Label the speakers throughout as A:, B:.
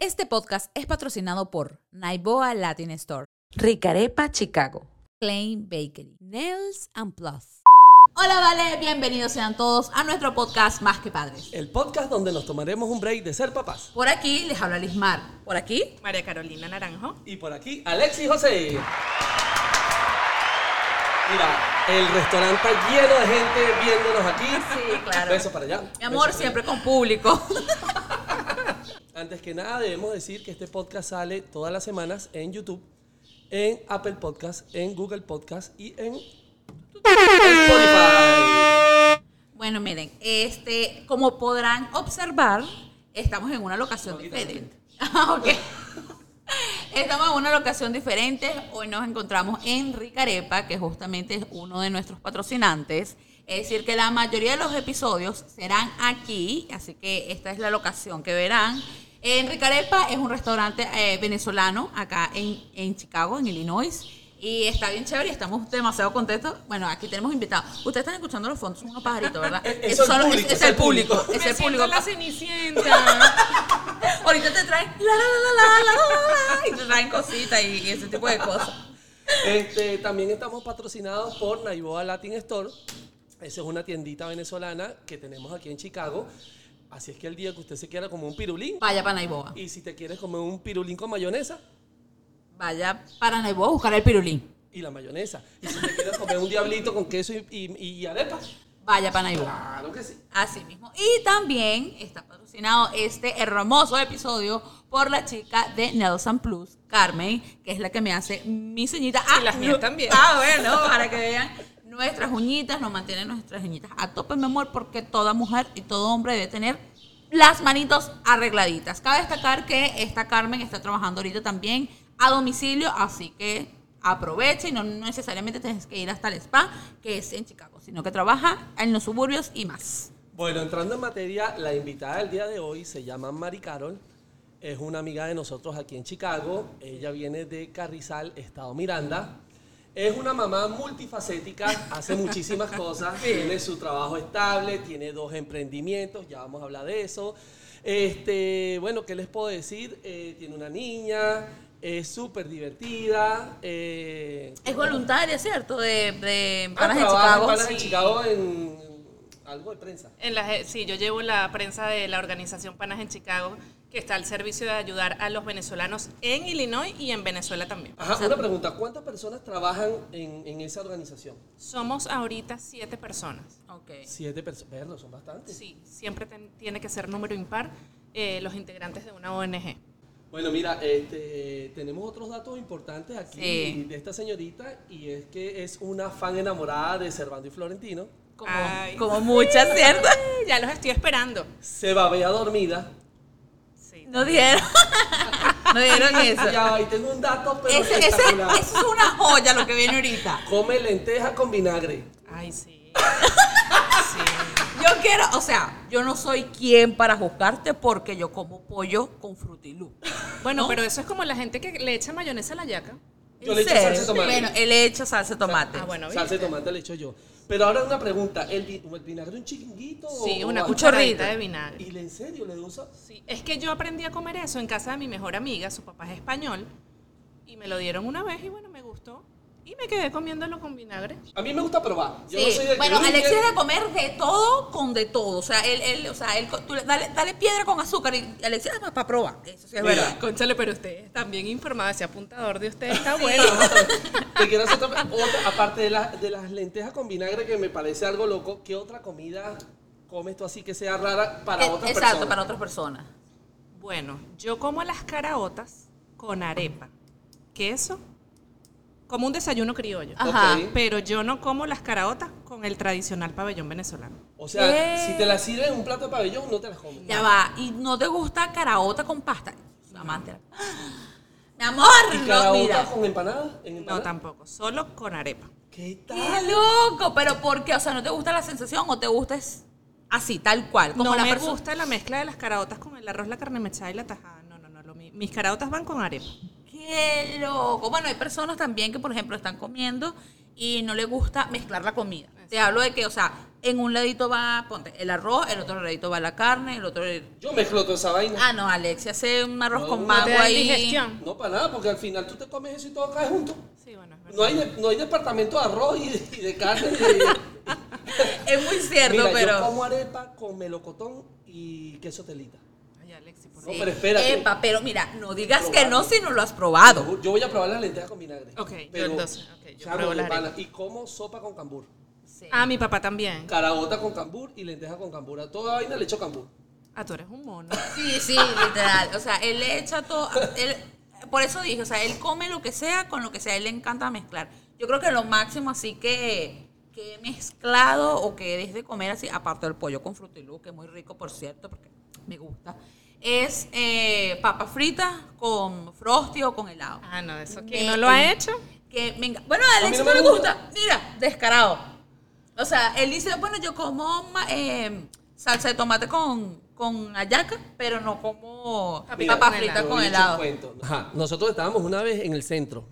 A: Este podcast es patrocinado por Naiboa Latin Store,
B: Ricarepa, Chicago.
A: Plain Bakery, Nails and Plus. Hola, vale, bienvenidos sean todos a nuestro podcast Más que Padres.
C: El podcast donde nos tomaremos un break de ser papás.
A: Por aquí les habla Lismar. Por aquí,
D: María Carolina Naranjo.
C: Y por aquí, Alexis José. Mira, el restaurante está lleno de gente viéndonos aquí.
A: Ah, Sí, claro.
C: Besos para allá.
A: mi amor,
C: Besos para
A: siempre con público.
C: allá. Antes que nada, debemos decir que este podcast sale todas las semanas en YouTube, en Apple Podcast, en Google Podcast y en Spotify.
A: Bueno, miren, este, como podrán observar, estamos en una locación
C: Poquito
A: diferente. Ah, ok. Estamos en una locación diferente. Hoy nos encontramos en Ricarepa, que justamente es uno de nuestros patrocinantes. Es decir, que la mayoría de los episodios serán aquí, así que esta es la locación que verán. En Ricarepa es un restaurante eh, venezolano acá en, en Chicago, en Illinois. Y está bien chévere y estamos demasiado contentos. Bueno, aquí tenemos invitados. Ustedes están escuchando los fondos, son unos pajaritos, ¿verdad?
C: Es-
A: Esos
C: es el
A: son los-
C: público,
A: es, es el público. Es
D: Me
A: el
D: siento
A: público.
D: la Cenicienta.
A: Ahorita te traen la la la la la la la, la y te traen cositas y, y ese tipo de cosas.
C: Este, también estamos patrocinados por Naiboa Latin Store. Esa es una tiendita venezolana que tenemos aquí en Chicago. Así es que el día que usted se quiera como un pirulín,
A: Vaya para Naiboa.
C: y si te quieres comer un pirulín con mayonesa,
A: Vaya para Naiboa a buscar el pirulín.
C: y la mayonesa. Y si te quieres comer un diablito con queso y, y, y arepas,
A: Vaya para Naiboa.
C: claro que sí.
A: Así mismo. Y también está patrocinado este hermoso episodio por la chica de Nelson Plus, Carmen, que es la que me hace mi ceñita. Ah,
D: las mías también.
A: Ah, bueno, para que vean. Nuestras uñitas nos mantienen nuestras uñitas a tope, mi amor, porque toda mujer y todo hombre debe tener las manitos arregladitas. Cabe destacar que esta Carmen está trabajando ahorita también a domicilio, así que aprovecha y no necesariamente tienes que ir hasta el spa, que es en Chicago, sino que trabaja en los suburbios y más.
C: Bueno, entrando en materia, la invitada del día de hoy se llama Mari Carol. Es una amiga de nosotros aquí en Chicago. Ella viene de Carrizal, Estado Miranda. Es una mamá multifacética, hace muchísimas cosas. Tiene su trabajo estable, tiene dos emprendimientos, ya vamos a hablar de eso. Este, bueno, ¿qué les puedo decir? Eh, tiene una niña, es súper divertida. eh,
A: Es voluntaria, ¿cierto? De, de
C: Ah,
A: Panas de
C: trabaja en
A: Chicago.
C: Panas de
A: Sí.
C: Chicago en algo de prensa.
D: En la- sí, yo llevo la prensa de la organización Panas en Chicago, que está al servicio de ayudar a los venezolanos en Illinois y en Venezuela también.
C: Ajá, una pregunta, ¿cuántas personas trabajan en, en esa organización?
D: Somos ahorita siete personas.
A: Ok.
C: Siete personas, verlo, son bastantes.
D: Sí, siempre ten- tiene que ser número impar eh, los integrantes de una ONG.
C: Bueno, mira, este, tenemos otros datos importantes aquí
A: Sí.
C: de esta señorita y es que es una fan enamorada de Servando y Florentino,
A: Como,
D: Ay.
A: como muchas, ¿cierto?
D: Eh, Ya los estoy esperando.
C: se babea dormida.
D: Sí.
A: No dieron. no dieron eso.
C: Ay, ay, tengo un dato, pero
A: Ese- ese-
C: espectacular.
A: eso es una joya lo que viene ahorita.
C: Come lenteja con vinagre.
D: Ay, sí.
A: Yo quiero, o sea, yo no soy quien para juzgarte porque yo como pollo con frutilú.
D: Bueno,
A: ¿No?
D: pero eso es como la gente que le echa mayonesa a la yaca.
C: Yo
A: ¿En
C: le echo
A: serio?
C: salsa de tomate.
A: Bueno, él echa salsa de tomate.
D: Ah, bueno,
C: salsa de
D: ¿viste?
C: tomate le echo yo. Pero ahora una pregunta, ¿el, vi- el vinagre un chiquinguito?
D: Sí,
C: o-
D: una
C: o-
D: cucharadita
A: chorrito.
D: de vinagre.
C: ¿Y le- en serio le usa?
D: Sí, es que yo aprendí a comer eso en casa de mi mejor amiga, su papá es español, y me lo dieron una vez y bueno, me gustó. Y me quedé comiéndolo con vinagre.
C: A mí me gusta probar. Yo
A: Sí,
C: no soy de que
A: bueno,
C: "Uy,
A: Alexis
C: qué-
A: es de comer de todo con de todo. O sea, él, él- o sea, él, tú le- dale, dale piedra con azúcar y Alexis es más para probar. Eso sí es
C: Mira,
A: verdad.
D: Conchale, pero ustedes están bien informados, ese apuntador de ustedes está bueno.
C: Bueno, vamos a ver. te quiero hacer otra, otra- aparte de, la- de las lentejas con vinagre que me parece algo loco, ¿qué otra comida comes tú así que sea rara para
A: Eh,
C: otras
A: Exacto,
C: personas?
A: para otras personas.
D: Bueno, yo como las caraotas con arepa, queso, como un desayuno criollo.
A: Ah.
C: Ok.
A: Ajá.
D: Pero yo no como las caraotas con el tradicional pabellón venezolano.
C: O sea,
A: Eh.
C: si te la sirven en un plato de pabellón, no te la comes.
A: Ya va. ¿Y no te gusta caraota con pasta? Amante. Mi amor,
C: ¿Y
A: no,
C: caraota
A: mira.
C: con empanada? ¿En
D: No,
C: empanada?
D: tampoco, solo con arepa.
C: ¿Qué tal?
A: Qué loco, pero ¿por qué? O sea, ¿no te gusta la sensación o te gusta es así, tal cual? Como
D: no
A: la
D: me
A: persona-
D: gusta la mezcla de las caraotas con el arroz, la carne mechada y la tajada. No, no, no. lo mi- mis caraotas van con arepa.
A: Qué loco. Bueno, hay personas también que, por ejemplo, están comiendo y no les gusta mezclar la comida. Te hablo de que, o sea, en un ladito va, ponte, el arroz, el otro ladito va la carne, el otro...
C: Yo mezclo toda esa vaina.
A: Ah, no, Alexia hace un arroz
C: No,
A: con
C: no
A: mango
D: te da
A: ahí.
D: indigestión.
C: No para nada, porque al final tú te comes eso y todo cae junto.
D: Sí, bueno, es verdad.
C: No hay, de- no hay departamento de arroz y de, y de carne. y de-
A: Es muy cierto,
C: Mira,
A: pero...
C: yo como arepa con melocotón y queso telita.
D: Ay, Alexi, por
C: No,
A: Sí.
C: pero espérate.
A: Epa, pero mira, no digas que no
C: Probado.
A: si no lo has probado.
C: Yo voy a probar las lentejas con vinagre.
D: Ok, yo entonces, ok, yo
C: chamo,
D: pruebo las
C: hermana,
D: arepas.
C: Y como sopa con cambur.
D: Ah, mi papá también.
C: Carabota con cambur y lenteja con cambur. A toda vaina le echo cambur.
D: Ah, tú eres un mono.
A: Sí, sí, literal. O sea, él le echa todo. él- por eso dije, o sea, él come lo que sea con lo que sea. A él le encanta mezclar. Yo creo que lo máximo así que, que he mezclado o que dejes de comer así, aparte del pollo con frutilú, que es muy rico, por cierto, porque me gusta, es eh, papas fritas con frosty o con helado.
D: Ah, no, eso
A: Me
D: quién no lo ha
A: en-
D: hecho.
A: Que me enga- bueno,
C: A mí
A: Alex
C: no
A: no,
C: me
A: le
C: gusta.
A: gusta. Mira, descarado. O sea, él dice, bueno, yo como ma- eh, salsa de tomate con, con ayaca, pero no como
D: Papas
C: Mira,
A: papas Ah,
D: con
A: fritas
D: helado.
A: con
C: Te voy a echar un
A: helado.
C: cuento. Ajá, Nosotros estábamos una vez en el centro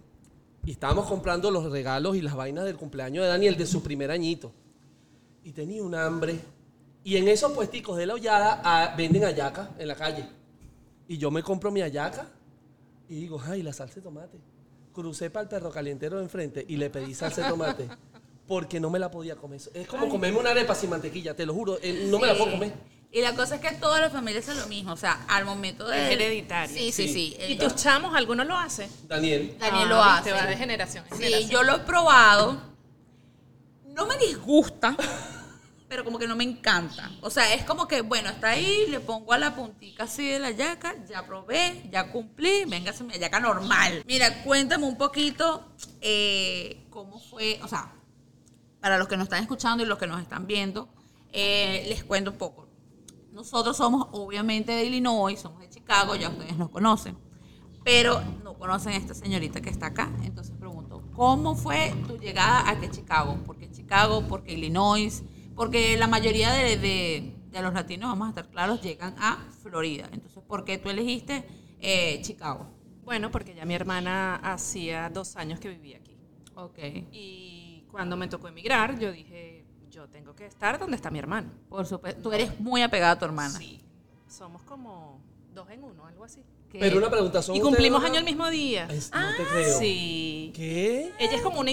C: y estábamos comprando los regalos y las vainas del cumpleaños de Daniel de su primer añito. Y tenía un hambre. Y en esos puesticos de la hollada ah, venden ayaca en la calle. Y yo me compro mi ayaca y digo, ay, la salsa de tomate. Crucé para el perro calientero de enfrente y le pedí salsa de tomate. Porque no me la podía comer. Es como comerme una arepa sin mantequilla, te lo juro. eh, No me la puedo
A: Sí.
C: comer.
A: Y la cosa es que todas las familias hacen lo mismo. O sea, al momento de.
D: Es hereditario.
A: Sí, sí,
C: Sí.
A: sí.
D: ¿Y
A: El-
D: tus chamos, alguno lo hace?
C: Daniel,
A: Daniel
D: Ah,
A: lo
D: viste,
A: hace.
D: va de generación en
A: Sí,
D: generación.
A: yo lo he probado. No me disgusta, pero como que no me encanta. O sea, es como que, bueno, está ahí, le pongo a la puntica así de la yaca, ya probé, ya cumplí, venga, mi yaca normal. Mira, cuéntame un poquito eh, cómo fue, o sea, para los que nos están escuchando y los que nos están viendo, eh, les cuento un poco. Nosotros somos obviamente de Illinois, somos de Chicago, ya ustedes nos conocen, pero no conocen a esta señorita que está acá. Entonces pregunto, ¿cómo fue tu llegada aquí a Chicago? ¿Por qué Chicago? ¿Por qué Illinois? Porque la mayoría de, de- de los latinos, vamos a estar claros, llegan a Florida. Entonces, ¿por qué tú elegiste eh, Chicago?
D: Bueno, porque ya mi hermana hacía dos años que vivía aquí.
A: Ok.
D: Y cuando me tocó emigrar, yo dije, yo tengo que estar donde está mi hermano.
A: Por supuesto, tú eres muy apegada a tu hermana.
D: Sí. Somos como dos en uno, algo así.
A: Que-
C: pero una pregunta. ¿son
D: Y cumplimos
C: ustedes
D: año
C: una-
D: el mismo día.
C: Es- no te creo.
D: Sí.
C: ¿Qué?
D: Ella es como una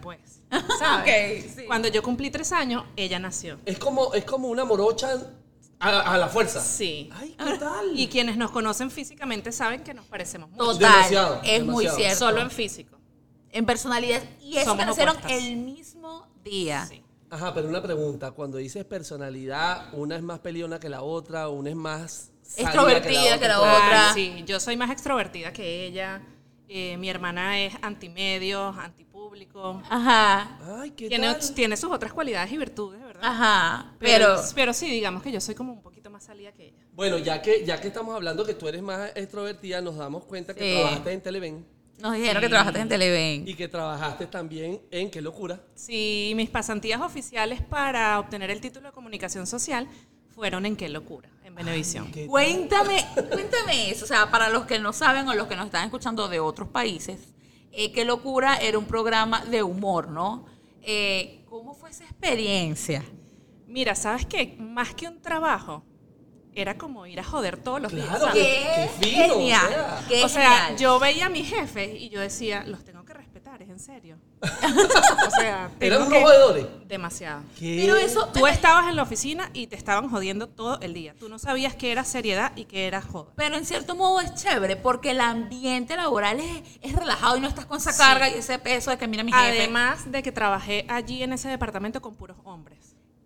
D: pues. ¿Sabes?
A: Ok, sí.
D: Cuando yo cumplí tres años, ella nació.
C: Es como, es como una morocha a, a la fuerza.
D: Sí.
C: Ay, ¿qué tal?
D: Y quienes nos conocen físicamente saben que nos parecemos mucho.
A: Total,
C: Demasiado,
A: es muy
C: demasiado.
A: cierto.
D: Solo en físico.
A: en personalidad y eso
D: Somos
A: que nacieron
D: opuestas.
A: el mismo día.
D: Sí.
C: Ajá, pero una pregunta. Cuando dices personalidad, una es más peleona que la otra, una es más... salida
A: Extrovertida que la
C: todo.
A: otra.
D: Ay, sí, yo soy más extrovertida que ella. Eh, mi hermana es antimedios, antipúblico.
A: Ajá,
C: Ah, Ay, ¿qué
D: Tiene,
C: tal?
D: ot- tiene sus otras cualidades y virtudes, ¿verdad?
A: ajá, pero,
D: pero sí, digamos que yo soy como un poquito más salida que ella.
C: Bueno, ya que, ya que estamos hablando que tú eres más extrovertida, nos damos cuenta que
A: Sí.
C: trabajaste en Televen
A: nos dijeron que trabajaste en Televen.
C: y que trabajaste también en Qué Locura.
D: Sí, mis pasantías oficiales para obtener el título de comunicación social fueron en Qué Locura, en Benevisión.
C: ¿Qué tal?
A: Cuéntame, cuéntame eso, o sea, para los que no saben o los que nos están escuchando de otros países, eh, qué locura, era un programa de humor, ¿no? Eh, ¿Cómo fue esa experiencia?
D: Mira, ¿sabes qué? Más que un trabajo, era como ir a joder todos los días.
C: Claro,
D: ¿sabes?
C: Qué- qué fino,
A: genial,
C: o sea.
A: qué
D: o sea,
A: genial.
D: yo veía a mis jefes y yo decía, los tengo que respetar, es en serio. o sea, tengo
C: ¿Eran unos
D: que-
C: jodedores?
D: Demasiado.
C: ¿Qué?
A: Pero eso,
D: Tú estabas en la oficina y te estaban jodiendo todo el día. Tú no sabías que era seriedad y que era joda.
A: Pero en cierto modo es chévere porque el ambiente laboral es, es relajado y no estás con esa carga y ese peso de que mira mi jefe.
D: Además de que trabajé allí en ese departamento con puros hombres.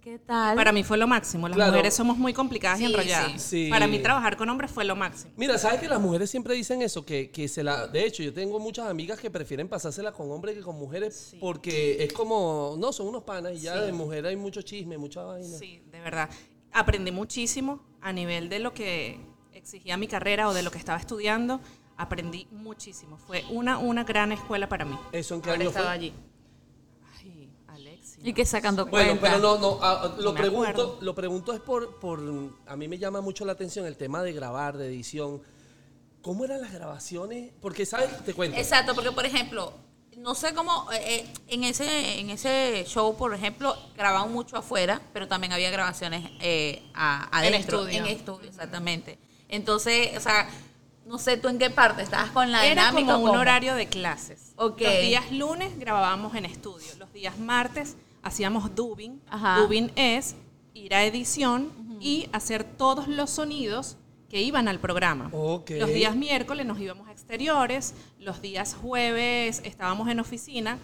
A: ¿qué tal?
D: Para mí fue lo máximo. Las
C: Claro.
D: mujeres somos muy complicadas y
A: Sí,
D: enrolladas.
C: sí. Sí.
D: Para mí trabajar con hombres fue lo máximo.
C: Mira, ¿sabes que las mujeres siempre dicen eso? Que, que se la... De hecho, yo tengo muchas amigas que prefieren pasársela con hombres que con mujeres
D: Sí.
C: porque es como... No, son unos panas y ya de mujer hay mucho chisme, mucha vaina.
D: Sí, de verdad. Aprendí muchísimo a nivel de lo que exigía mi carrera o de lo que estaba estudiando. Aprendí muchísimo. Fue una, una gran escuela para mí.
C: ¿Eso en qué
D: Haber
C: año
D: estado
C: fue?
D: allí. Ay, Alexi.
A: Y que sacando
C: Bueno,
A: cuenta.
C: pero no, no, ah, lo,
D: Me
C: pregunto,
D: acuerdo.
C: lo pregunto es por, por... A mí me llama mucho la atención el tema de grabar, de edición. ¿Cómo eran las grabaciones? Porque, ¿sabes? Te cuento.
A: Exacto, porque por ejemplo, no sé cómo, eh, eh, en, ese, en ese show, por ejemplo, grababan mucho afuera, pero también había grabaciones eh, a- adentro.
D: estudio.
A: En estudio, exactamente. Entonces, o sea, no sé tú en qué parte, estabas con la
D: Era
A: dinámica.
D: como
A: o
D: un
A: cómo?
D: horario de clases.
A: Ok.
D: Los días lunes grabábamos en estudio. Los días martes hacíamos dubbing.
A: Ajá.
D: Dubbing es ir a edición y hacer todos los sonidos que iban al programa.
C: Ok.
D: Los días miércoles nos íbamos a exteriores. Los días jueves estábamos en oficina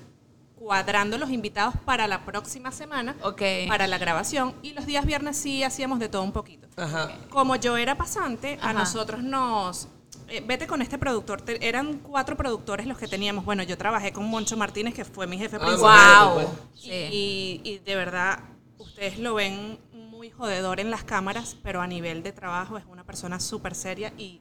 D: cuadrando los invitados para la próxima semana
A: Ok.
D: para la grabación. Y los días viernes sí hacíamos de todo un poquito
C: Ajá.
D: como yo era pasante,
A: Ajá.
D: a nosotros nos... eh, vete con este productor. Te- eran cuatro productores los que teníamos. Bueno, yo trabajé con Moncho Martínez, que fue mi jefe
C: Ah,
D: principal.
C: imagínate,
A: Wow.
C: pues.
A: Sí.
D: Y, y de verdad, ustedes lo ven muy jodedor en las cámaras, pero a nivel de trabajo es una persona súper seria y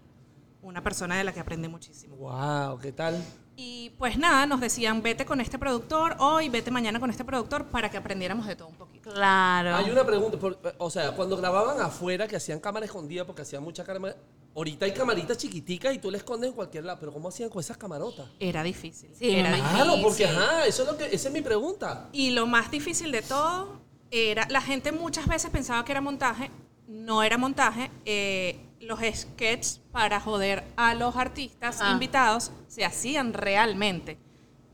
D: una persona de la que aprendí muchísimo.
C: Wow, ¿qué tal?
D: Y pues nada, nos decían, vete con este productor hoy, vete mañana con este productor, para que aprendiéramos de todo un poquito.
A: Claro.
C: Hay una pregunta, por- o sea, cuando grababan afuera, que hacían cámara escondida porque hacían mucha cámara. Ahorita hay camaritas chiquiticas y tú le escondes en cualquier lado, pero ¿cómo hacían con esas camarotas?
D: Era difícil.
A: Sí, me
D: era
A: imagino.
C: Claro, porque ajá, eso es lo que, esa es mi pregunta.
D: Y lo más difícil de todo era, la gente muchas veces pensaba que era montaje, no era montaje, eh, los sketches para joder a los artistas
A: Ajá.
D: invitados se hacían realmente.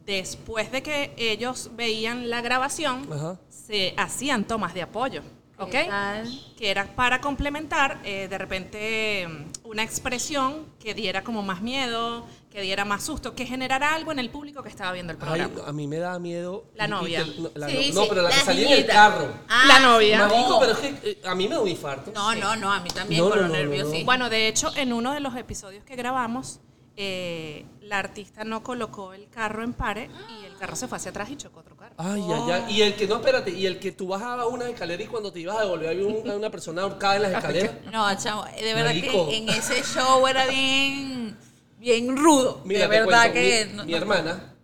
D: Después de que ellos veían la grabación,
C: Ajá.
D: se hacían tomas de apoyo, ¿ok?
A: ¿Qué tal?
D: Que era para complementar eh, de repente mm, una expresión que diera como más miedo, que diera más susto, que generara algo en el público que estaba viendo el
C: Ay,
D: programa.
C: a mí me da miedo.
D: La
C: y- y
D: novia.
C: que- no, la
A: Sí,
C: no- no,
A: sí,
C: pero la que
A: las
C: salía en el
A: niñitas.
C: carro.
A: Ah,
D: La novia.
C: Marico,
A: no.
C: pero es que eh, a mí me da un infarto.
A: No, no, no, a mí también,
C: No,
A: por
C: no,
A: lo
C: no, no,
A: nervioso.
C: no.
D: Bueno, de hecho, en uno de los episodios que grabamos, eh, la artista no colocó el carro en pare y el carro se fue hacia atrás y chocó otro carro.
C: Ay, ay, ay. Y el que, no, espérate, y el que tú bajabas una escalera y cuando te ibas a devolver había un- una persona ahorcada en las escaleras.
A: No, chamo, de verdad
C: Marico.
A: que en ese show era bien, bien rudo. de
C: Mira, te
A: verdad
C: cuento,
A: que.
C: mi,
A: no-
C: mi hermana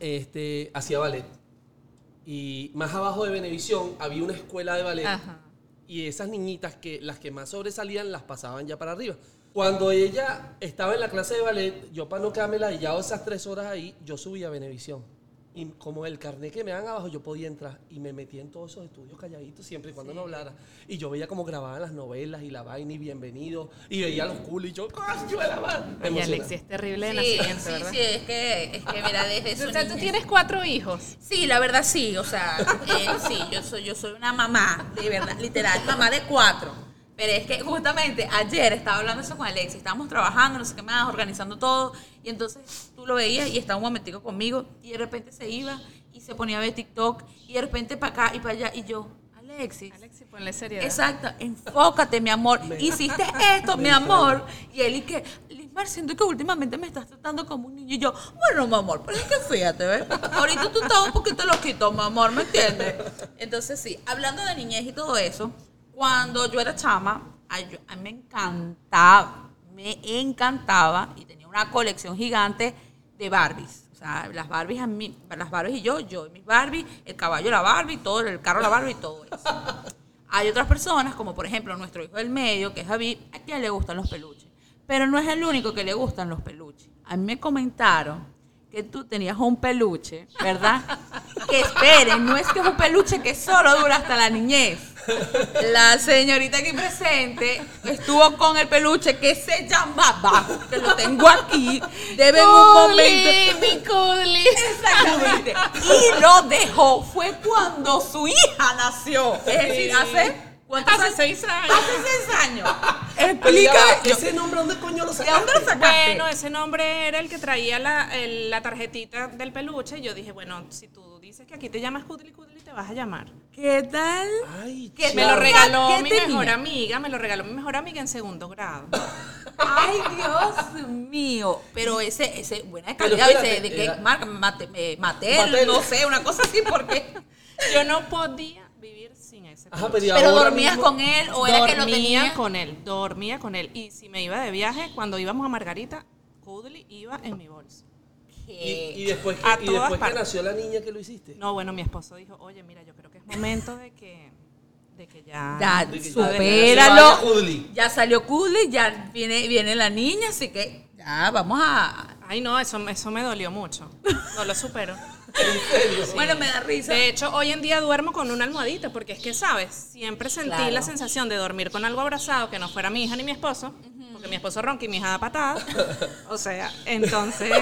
C: este, hacía ballet. Y más abajo de Benevisión había una escuela de ballet.
D: Ajá.
C: Y esas niñitas que las que más sobresalían las pasaban ya para arriba. Cuando ella estaba en la clase de ballet, yo para no quedarme ladillado esas tres horas ahí, yo subí a Benevisión. Y como el carnet que me dan abajo, yo podía entrar. Y me metí en todos esos estudios calladitos, siempre y cuando no hablara. Y yo veía como grababan las novelas y la vaina y bienvenido. Y veía los culos y yo, ¡ay, yo era más! Me
D: Y
C: emocioné.
D: Alexi es terrible de
A: Sí,
D: nacimiento,
A: sí,
D: ¿verdad?
A: sí, es que, es que mira, desde eso.
D: O sea, tú tienes cuatro hijos.
A: Sí, la verdad sí, o sea, eh, sí, yo soy, yo soy una mamá, de verdad, literal, mamá de cuatro. Pero es que justamente ayer estaba hablando eso con Alexis, estábamos trabajando, no sé qué más, organizando todo, y entonces tú lo veías y estaba un momentico conmigo, y de repente se iba y se ponía a ver TikTok, y de repente para acá y para allá, y yo, Alexis.
D: Alexi, ponle seriedad.
A: Exacto, enfócate, mi amor. Hiciste esto, mi amor. Y él y que, Lismar, siento que últimamente me estás tratando como un niño. Y yo, bueno, mi amor, pero es que fíjate, ¿ves? Ahorita tú estás un poquito loquito, mi amor, ¿me entiendes? Entonces, sí, hablando de niñez y todo eso, cuando yo era chama, a, yo- a mí me encantaba, me encantaba y tenía una colección gigante de Barbies. O sea, las Barbies, a mí, las Barbies y yo, yo y mis Barbies, el caballo la Barbie, todo, el carro la Barbie, todo eso. Hay otras personas, como por ejemplo nuestro hijo del medio, que es Javi, a quien le gustan los peluches. Pero no es el único que le gustan los peluches. A mí me comentaron que tú tenías un peluche, ¿verdad? Que esperen, no es que es un peluche que solo dura hasta la niñez. La señorita aquí presente estuvo con el peluche que se llamaba, que lo tengo aquí, debe en un momento.
D: mi Cudli.
A: Exactamente. Y lo dejó. Fue cuando su hija nació. Es decir, hace. ¿Cuántos
D: Hace
A: años?
D: seis años.
A: Hace seis años.
D: Pues
C: Pero ya va,
A: Explícame.
C: ese nombre, ¿dónde coño lo
A: ¿De
C: sacaste?
A: dónde lo sacaste?
D: Bueno, ese nombre era el que traía la, el- la tarjetita del peluche. Y yo dije, bueno, si tú dices que aquí te llamas Cudli Cudli, te vas a llamar.
A: ¿Qué tal?
C: Ay,
A: Que
C: chico.
D: Me lo regaló
A: ¿Qué
D: mi
A: tenía?
D: mejor amiga, me lo regaló mi mejor amiga en segundo grado.
A: Ay, Dios mío. Pero ese, ese, buena
C: Pero
A: calidad, ese,
C: espérate,
A: de qué
C: era-
A: marca, mate, eh, Mattel,
C: Mattel.
A: no sé, una cosa así, porque.
D: Yo no podía vivir sin ese
C: Ajá,
D: peluche.
C: pero, y
A: Pero
C: ahora
A: dormías
C: mismo-
A: con él o era que lo
D: Dormía
A: tenías.
D: con él, dormía con él. Y si me iba de viaje, cuando íbamos a Margarita, Cudli iba en mi bolso.
C: Y, y
A: ¿Qué?
C: después,
D: eh, A
C: que, y
D: todas
C: después que
D: partes.
C: nació la niña, que lo hiciste?
D: No, bueno, mi esposo dijo, oye, mira, yo creo que es momento de que, de que ya...
A: Ya,
C: De que-
A: supéralo.
C: Vaya, Judly.
A: Ya salió Cudley, ya viene, viene la niña, así que ya vamos a,
D: Ay, no, eso, eso me dolió mucho. No lo supero.
A: Bueno, me da risa.
D: De hecho, hoy en día duermo con una almohadita, porque es que, ¿sabes? Siempre sentí
A: Claro.
D: la sensación de dormir con algo abrazado que no fuera mi hija ni mi esposo, porque mi esposo ronca y mi hija da patadas. o sea, entonces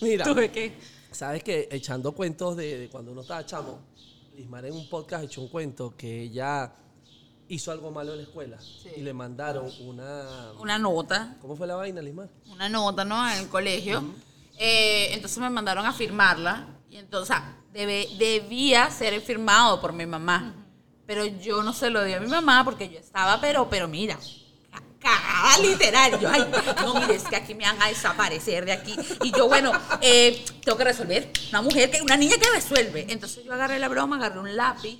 C: Mira.
D: tuve que...
C: Sabes que echando cuentos de, de cuando uno estaba chamo, Lismar en un podcast echó un cuento que ella hizo algo malo en la escuela y le mandaron una...
A: Una nota.
C: ¿Cómo fue la vaina, Lismar?
A: una nota, ¿no? En el colegio. Eh, entonces me mandaron a firmarla. Y entonces, o sea, debe- debía ser firmado por mi mamá. Pero yo no se lo di a mi mamá porque yo estaba, pero, pero mira, ca- cagada literal. Yo, ay, no mires que aquí me van a desaparecer de aquí. Y yo, bueno, eh, tengo que resolver. Una mujer, que, una niña que resuelve. Entonces yo agarré la broma, agarré un lápiz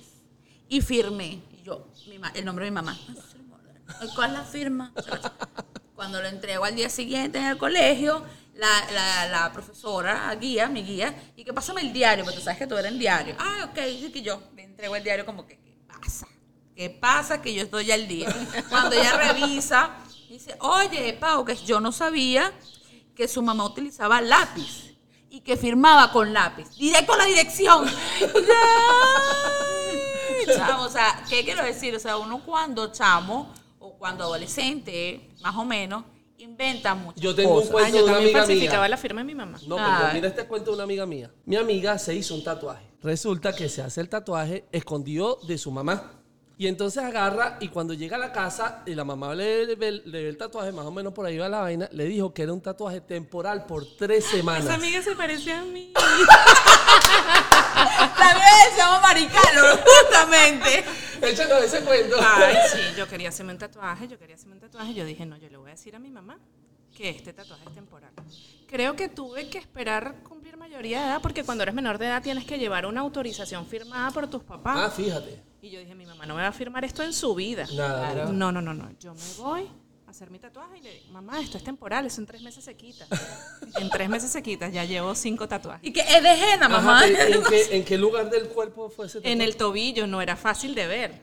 A: y firmé. Y yo, mi ma- el nombre de mi mamá. ¿Cuál es la firma? Cuando lo entrego al día siguiente en el colegio, la, la, la profesora, guía, mi guía, y que pásame el diario, porque tú sabes que todo era en diario. Ah, ok, dice que yo le entrego el diario como que, ¿qué pasa? ¿Qué pasa? Que yo estoy ya al día. Cuando ella revisa, dice, oye, Pau, que yo no sabía que su mamá utilizaba lápiz y que firmaba con lápiz. Directo a la dirección. Ya. Chamo, o sea, ¿qué quiero decir? O sea, uno cuando chamo o cuando adolescente, más o menos, inventa mucho.
C: Yo tengo un
D: Ay,
C: cuento
D: Ah, yo
C: de una
D: también
C: Pues amiga
D: falsificaba
C: mía.
D: la firma de mi mamá.
C: No, pero
A: Ay.
C: mira este cuento de una amiga mía. Mi amiga se hizo un tatuaje. Resulta que se hace el tatuaje escondido de su mamá. Y entonces agarra y cuando llega a la casa y la mamá le, le ve- le ve el tatuaje, más o menos por ahí va la vaina, le dijo que era un tatuaje temporal por tres
D: Ah, Esa
C: semanas.
D: amiga se parece a mí.
A: También decíamos maricano, justamente.
C: Échanos ese cuento.
D: Ay, sí, yo quería hacerme un tatuaje, yo quería hacerme un tatuaje. Yo dije, no, yo le voy a decir a mi mamá que este tatuaje es temporal. Creo que tuve que esperar cumplir mayoría de edad, porque cuando eres menor de edad tienes que llevar una autorización firmada por tus
C: Ah,
D: papás.
C: fíjate.
D: Y yo dije, mi mamá no me va a firmar esto en su vida.
C: Nada, nada.
D: No, no, no, no. Yo me voy a hacer mi tatuaje y le digo, mamá, esto es temporal, eso en tres meses se quita. en tres meses se quita, ya llevo cinco tatuajes.
A: Y que es de ajena,
C: Ajá,
A: mamá.
C: ¿en, en qué, en qué lugar del cuerpo fue ese
D: En
C: tatuaje?
D: el tobillo no era fácil de ver.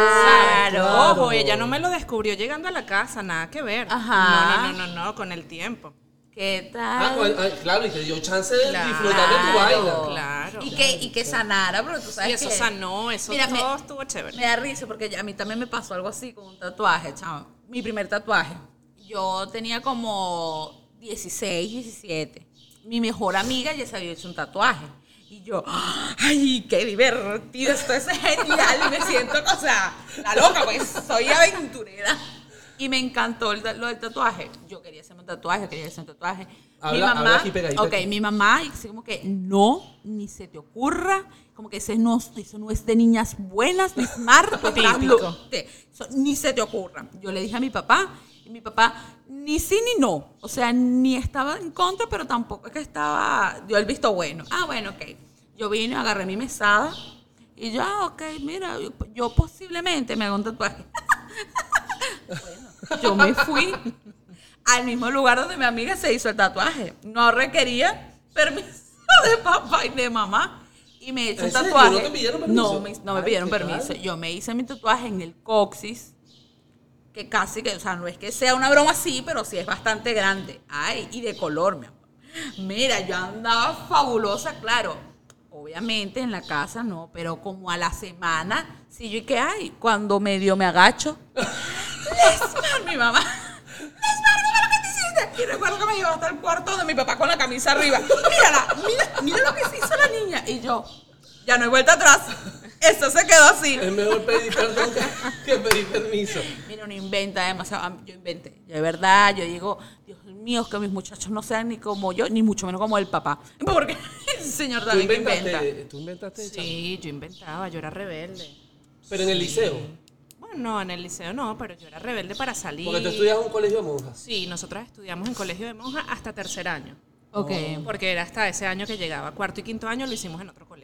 A: Claro.
D: Ojo, ella no me lo descubrió llegando a la casa, nada que ver.
A: Ajá.
D: No, no, no, no, no, con el tiempo.
A: ¿Qué
C: Ah, cu-
A: tal?
C: ah, claro, y te dio chance de
D: Claro.
C: disfrutar de tu vaina.
D: Claro.
A: Y que, y que sanara, pero tú sabes
D: Y eso
A: que-
D: sanó, eso
A: Mira, me-
D: todo estuvo chévere.
A: Me da risa porque a mí también me pasó algo así con un tatuaje, chamo. Mi primer tatuaje. Yo tenía como 16, 17. Mi mejor amiga ya se había hecho un tatuaje. Y yo, ¡ay, qué divertido! Esto es genial. Y me siento, o sea, la loca, pues soy aventurera. Y me encantó el ta- lo del tatuaje. Yo quería hacerme un tatuaje, quería hacerme un tatuaje.
C: Habla- habla aquí pegadito
A: Ok,
C: aquí.
A: mi mamá, y así como que no, ni se te ocurra, como que ese no, eso no es de niñas buenas, ni smart, pues,
D: Típico.
A: hazlo. Te- eso ni se te ocurra. Yo le dije a mi papá, y mi papá ni sí ni no, o sea, ni estaba en contra, pero tampoco es que estaba, dio el visto bueno. Ah, bueno, ok. Yo vine, agarré mi mesada, y yo, ah, ok, mira, yo, yo posiblemente me haga un tatuaje. Yo me fui al mismo lugar donde mi amiga se hizo el tatuaje. No requería permiso de papá y de mamá. Y me hice
C: ¿En
A: un
C: serio?
A: tatuaje.
C: ¿No te pidieron permiso?
A: No, me, no me
C: Ay,
A: pidieron
C: qué
A: permiso.
C: tal.
A: Yo me hice mi tatuaje en el coxis, que casi que, o sea, no es que sea una broma así, pero sí es bastante grande. Ay, y de color, mi amor. Mira, yo andaba fabulosa, claro. Obviamente en la casa no, pero como a la semana, sí, yo y que, ay, cuando medio me agacho, Lesmar, mi mamá. Lesmar, mira lo que te hiciste. Y recuerdo que me llevó hasta el cuarto de mi papá con la camisa arriba. Mírala, mira, mira lo que se hizo la niña. Y yo, ya no hay vuelta atrás. Eso se quedó así.
C: Es mejor pedir perdón que, que pedir permiso.
A: Mira, uno inventa demasiado. Ah, Yo inventé. Yo, de verdad, yo digo, Dios mío, que mis muchachos no sean ni como yo, ni mucho menos como el papá. Porque el señor
C: Tú
A: David que
C: inventaste,
A: inventa.
C: tú inventaste chamo.
D: Sí, yo inventaba, yo era rebelde.
C: Pero en el liceo.
D: Bueno, no, en el liceo no, pero yo era rebelde para salir.
C: Porque tú estudias en un colegio de monjas.
D: Sí, nosotras estudiamos en colegio de monjas hasta tercer año.
A: Ok.
D: Porque era hasta ese año que llegaba. Cuarto y quinto año lo hicimos en otro colegio.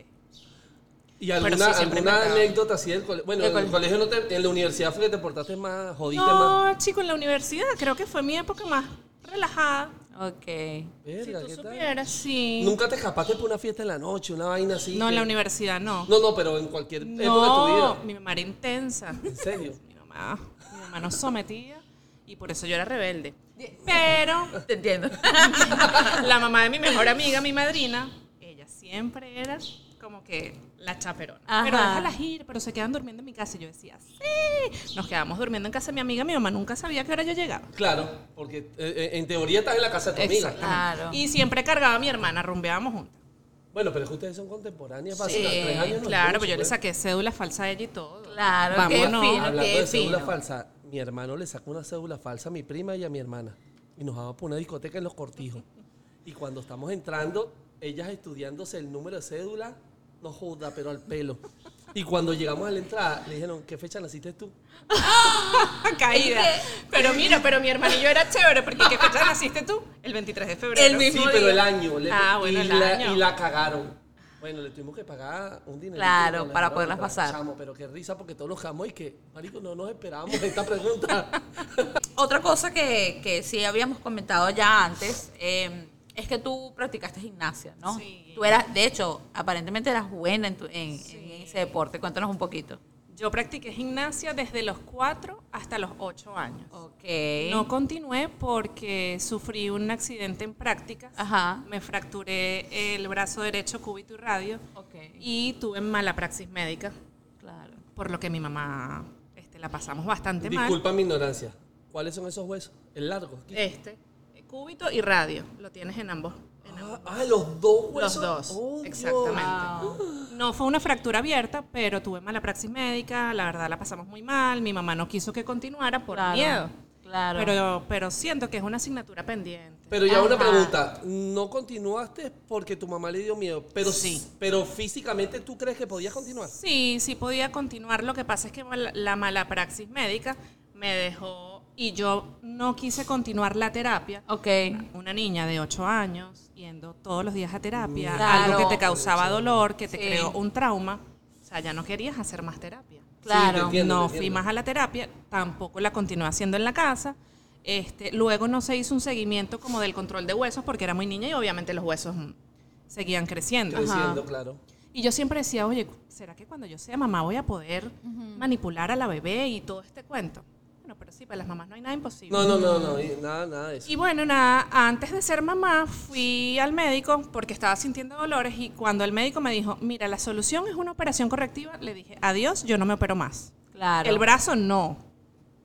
C: ¿Y
D: Pero
C: alguna,
D: sí, siempre
C: alguna
D: inventaba.
C: anécdota así del colegio? Bueno,
A: Del
C: en el colegio no te, en la universidad fue que te portaste más, jodiste más.
D: No, chico, en la universidad creo que fue mi época más relajada.
A: Ok.
D: Si
C: Verga,
D: tú
C: ¿qué tal?
D: supieras, sí.
C: Nunca te escapaste por una fiesta en la noche, una vaina así.
D: no, en
C: que-
D: la universidad no.
C: No, no, pero en cualquier época de tu
D: No,
C: vida.
D: mi mamá era intensa.
C: En serio.
D: mi mamá, mi mamá nos sometía Y por eso yo era rebelde. Pero
A: Te entiendo.
D: la mamá de mi mejor amiga, mi madrina, ella siempre era como que la chaperona.
A: Ajá.
D: Pero déjalas ir, pero se quedan durmiendo en mi casa. Y yo decía, sí. Nos quedamos durmiendo en casa de mi amiga. Mi mamá nunca sabía a qué hora yo llegaba.
C: Claro, porque eh, eh, en teoría estás en la casa de tu amiga.
D: Exactamente.
A: Claro.
D: Y siempre cargaba a mi hermana, rumbeábamos juntas.
C: Bueno, pero es que ustedes son contemporáneas, pasan
A: Sí,
C: tres años. no
D: claro,
C: es
D: pero yo
C: mucho,
D: le
C: ¿eh?
D: saqué cédula falsa a ella y todo.
A: Claro, qué
D: Vámonos.
A: fino,
C: Hablando
A: qué
C: de cédula
A: fino.
C: falsa, mi hermano le sacó una cédula falsa a mi prima y a mi hermana. Y nos vamos por una discoteca en Los Cortijos. Y cuando estamos entrando, ellas estudiándose el número de cédula, no joda, pero al pelo. Y cuando llegamos a la entrada, le dijeron, ¿qué fecha naciste tú?
D: Caída. Pero mira, pero mi hermano y yo era chévere, porque ¿qué fecha naciste tú? El 23 de febrero.
A: El mismo
C: sí, pero
A: día.
C: el año. le-
D: Ah, bueno,
C: y,
D: el
C: la,
D: año.
C: y la cagaron. Bueno, le tuvimos que pagar un dinero.
A: Claro, para poderlas pasar.
C: pero qué risa, porque todos los jamos y que, marico, no nos esperábamos esta pregunta.
A: Otra cosa que, que sí habíamos comentado ya antes eh, es que tú practicaste gimnasia, ¿no?
D: Sí.
A: Tú eras, de hecho, aparentemente eras buena en, tu- en- en ese deporte. Cuéntanos un poquito.
D: Yo practiqué gimnasia desde los 4 hasta los 8 años.
A: Ok.
D: No continué porque sufrí un accidente en prácticas.
A: Ajá.
D: Me fracturé el brazo derecho cúbito y radio
A: Ok.
D: y tuve mala praxis médica,
A: Claro.
D: por lo que mi mamá este, la pasamos bastante mal.
C: Disculpa mi ignorancia. ¿Cuáles son esos huesos? El largo. aquí.
D: Este, cúbito y radio, lo tienes en ambos. en
C: Ah, ah, los dos
D: Los
C: huesos.
D: dos,
C: Oh, Dios.
D: exactamente. No fue una fractura abierta, pero tuve mala praxis médica, la verdad la pasamos muy mal, mi mamá no quiso que continuara por
A: Claro,
D: miedo.
A: claro.
D: Pero, pero siento que es una asignatura pendiente.
C: Pero ya una
A: Ajá.
C: pregunta. No continuaste porque tu mamá le dio miedo. Pero sí.
D: Sí.
C: Pero físicamente tú crees que podías continuar.
D: Sí, sí podía continuar, lo que pasa es que la la mala praxis médica me dejó y yo no quise continuar la terapia.
A: Ok.
D: Una niña de 8 años yendo todos los días a terapia,
A: Claro.
D: algo que te causaba dolor, que te
A: Sí.
D: creó un trauma, o sea, ya no querías hacer más terapia.
C: Sí, te
A: Claro.
C: entiendo,
D: no
C: te
D: fui
C: entiendo.
D: más a la terapia, tampoco la continué haciendo en la casa. Este, luego no se hizo un seguimiento como del control de huesos porque era muy niña y obviamente los huesos mm, seguían creciendo.
C: Creciendo, claro.
D: Y yo siempre decía, oye, ¿será que cuando yo sea mamá voy a poder manipular a la bebé y todo este cuento? Bueno, pero sí, para las mamás no hay nada imposible.
C: No, no, no, no. y Nada, nada de eso.
D: Y bueno, nada, antes de ser mamá fui al médico porque estaba sintiendo dolores y cuando el médico me dijo, mira, la solución es una operación correctiva, le dije, adiós, yo no me opero más.
A: Claro.
D: El brazo no,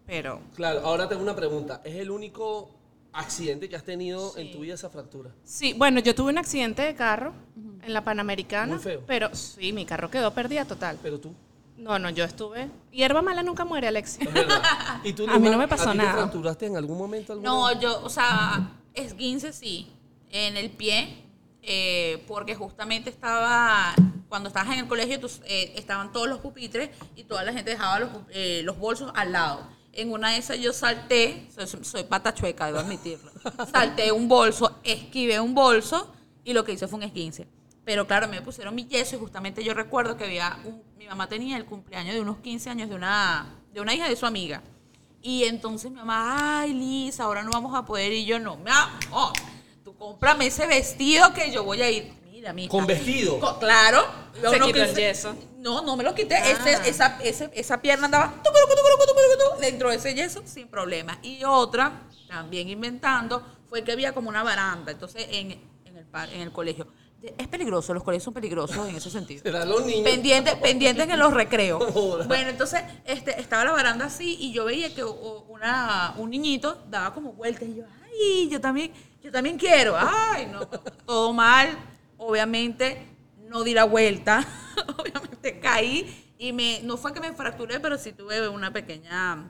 D: pero
C: Claro, ahora tengo una pregunta. ¿Es el único accidente que has tenido en tu vida esa fractura?
D: sí, bueno, yo tuve un accidente de carro en la Panamericana,
C: Muy feo.
D: pero sí, mi carro quedó perdida total.
C: Pero tú.
D: No, no, yo estuve... Hierba mala nunca muere, Alexis.
C: Es verdad. ¿Y tú,
D: A mí no
C: Luma,
D: me pasó
C: ¿a ti
D: nada.
C: ¿Te fracturaste en algún momento? alguna vez?
A: No, yo, o sea, esguince sí, en el pie, eh, porque justamente estaba, cuando estabas en el colegio, tú, eh, estaban todos los pupitres y toda la gente dejaba los, pu- eh, los bolsos al lado. En una de esas yo salté, soy, soy pata chueca, debo admitirlo, salté un bolso, esquivé un bolso y lo que hice fue un esguince. Pero claro, me pusieron mi yeso y justamente yo recuerdo que había un- mi mamá tenía el cumpleaños de unos 15 años de una, de una hija de su amiga. Y entonces mi mamá, ay, Liz, ahora no vamos a poder. Y yo, no, mi amor, tú cómprame ese vestido que yo voy a ir. Mira, mi hija.
C: ¿Con vestido?
A: Co- claro.
D: Se quitó el yeso.
A: No, no me lo quité.
D: Ah.
A: Ese- esa, ese- esa pierna andaba tucurucu, tucurucu, tucurucu, dentro de ese yeso sin problema. Y otra, también inventando, fue que había como una baranda. Entonces, en, en el, par- en el colegio. Es peligroso, los colegios son peligrosos en ese sentido.
C: Serán los niños.
A: Pendientes, pendientes en los recreos.
C: Joda.
A: Bueno, entonces este, estaba la baranda así y yo veía que o- una, un niñito daba como vueltas y yo, ay, yo también, yo también quiero. Ay, no, todo mal. Obviamente no di la vuelta. Obviamente caí y me, no fue que me fracturé, pero sí tuve una pequeña,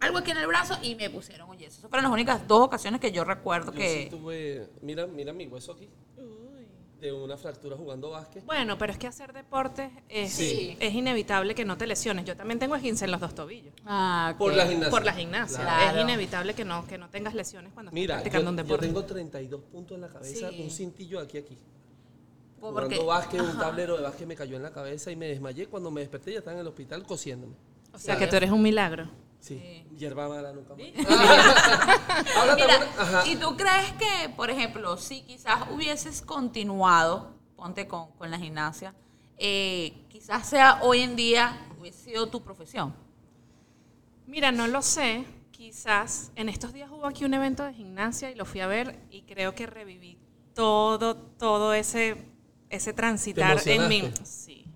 A: algo aquí en el brazo y me pusieron un yeso. Esas fueron las únicas dos ocasiones que yo recuerdo
C: Yo
A: que...
C: sí tuve, mira, mira mi hueso aquí. De una fractura jugando básquet.
D: Bueno, pero es que hacer deportes es,
C: Sí.
D: es inevitable que no te lesiones. Yo también tengo esguince en los dos tobillos.
A: Ah,
C: Por
A: ok.
C: la gimnasia.
D: Por la gimnasia.
A: Claro.
D: Es inevitable que no, que no tengas lesiones cuando
C: Mira,
D: estás
C: yo,
D: practicando un
C: yo
D: deporte.
C: tengo 32 puntos en la cabeza,
A: Sí.
C: un cintillo aquí, aquí.
A: Porque-
C: Jugando básquet, un tablero de básquet me cayó en la cabeza y me desmayé. Cuando me desperté ya estaba en el hospital cosiéndome.
D: O sea que tú eres un milagro.
C: Sí, hierba mala nunca más. Ahora tengo
A: Mira,
C: una- ajá.
A: ¿y tú crees que, por ejemplo, si quizás hubieses continuado, ponte con, con la gimnasia, eh, quizás sea hoy en día, hubiese sido tu profesión?
D: Mira, no lo sé. quizás en estos días hubo aquí un evento de gimnasia y lo fui a ver y creo que reviví todo, todo ese, ese transitar
C: ¿Te
D: en mí.
C: emocionaste?
D: Sí,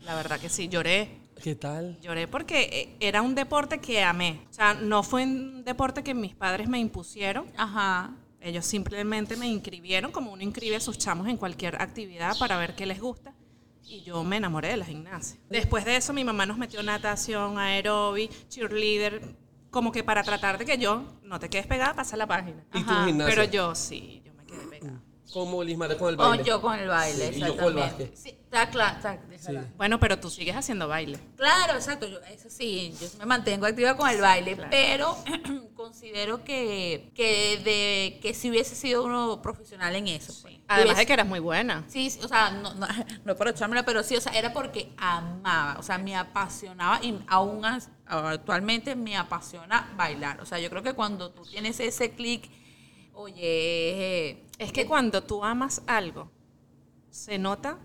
D: la verdad que sí, lloré.
C: ¿Qué tal?
D: Lloré porque eh, era un deporte que amé. O sea, no fue un deporte que mis padres me impusieron.
A: Ajá.
D: Ellos simplemente me inscribieron, como uno inscribe a sus chamos en cualquier actividad para ver qué les gusta. Y yo me enamoré de la gimnasia. Después de eso, mi mamá nos metió natación, aerobic, cheerleader, como que para tratar de que yo no te quedes pegada, pasa la página.
C: ¿Y tú
A: Ajá,
C: gimnasia? Mm.
D: Pero yo sí, yo me quedé pegada.
C: Como Lismara con el
A: Con-
C: baile.
A: yo con el baile,
C: Sí, y yo con el
A: exactamente.
C: básquet.
A: Sí, está claro, está, déjala.
C: Sí.
D: Bueno, pero tú sigues haciendo baile.
A: Claro, exacto. Yo, eso sí, yo me mantengo activa con el baile, pero considero que, que, de, que si hubiese sido uno profesional en eso. pues.
D: Además
A: Hubiese-
D: de que eras muy buena.
A: Sí, sí, o sea, no, no, no por echármela, pero sí, o sea, era porque amaba, o sea, me apasionaba y aún as- actualmente me apasiona bailar. O sea, yo creo que cuando tú tienes ese clic, oye, eh,
D: Es que cuando tú amas algo, se nota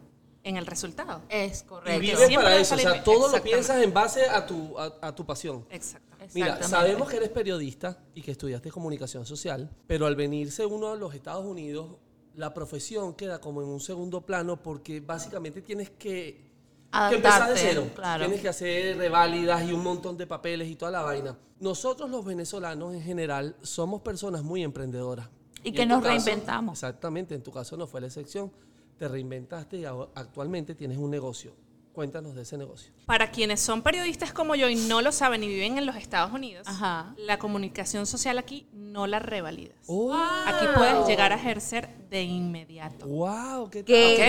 D: en el resultado.
A: es
C: Y
A: correcto.
C: vives
D: Siempre
C: para
D: va a
C: eso, o sea,
D: salir-
C: todo lo
D: Exactamente.
C: piensas en base a tu, a, a tu pasión.
D: Exacto.
C: Mira,
A: Exactamente.
C: sabemos que eres periodista y que estudiaste comunicación social, pero al venirse uno a los Estados Unidos, la profesión queda como en un segundo plano porque básicamente tienes que, que empezar de
A: Adaptarte,
C: cero.
A: claro.
C: Tienes que hacer reválidas y un montón de papeles y toda la vaina. Nosotros los venezolanos en general somos personas muy emprendedoras.
A: Y que
C: en tu
A: nos reinventamos.
C: Exactamente, en tu caso no fue la excepción. Te reinventaste y ahora- actualmente tienes un negocio. Cuéntanos de ese negocio.
D: Para quienes son periodistas como yo y no lo saben y viven en los Estados Unidos,
A: Ajá.
D: la comunicación social aquí no la revalidas.
C: ¡Wow!
D: Aquí puedes llegar a ejercer de inmediato.
C: ¡Wow! ¿Qué
A: ¿Qué?
C: tal?
D: ¿ok?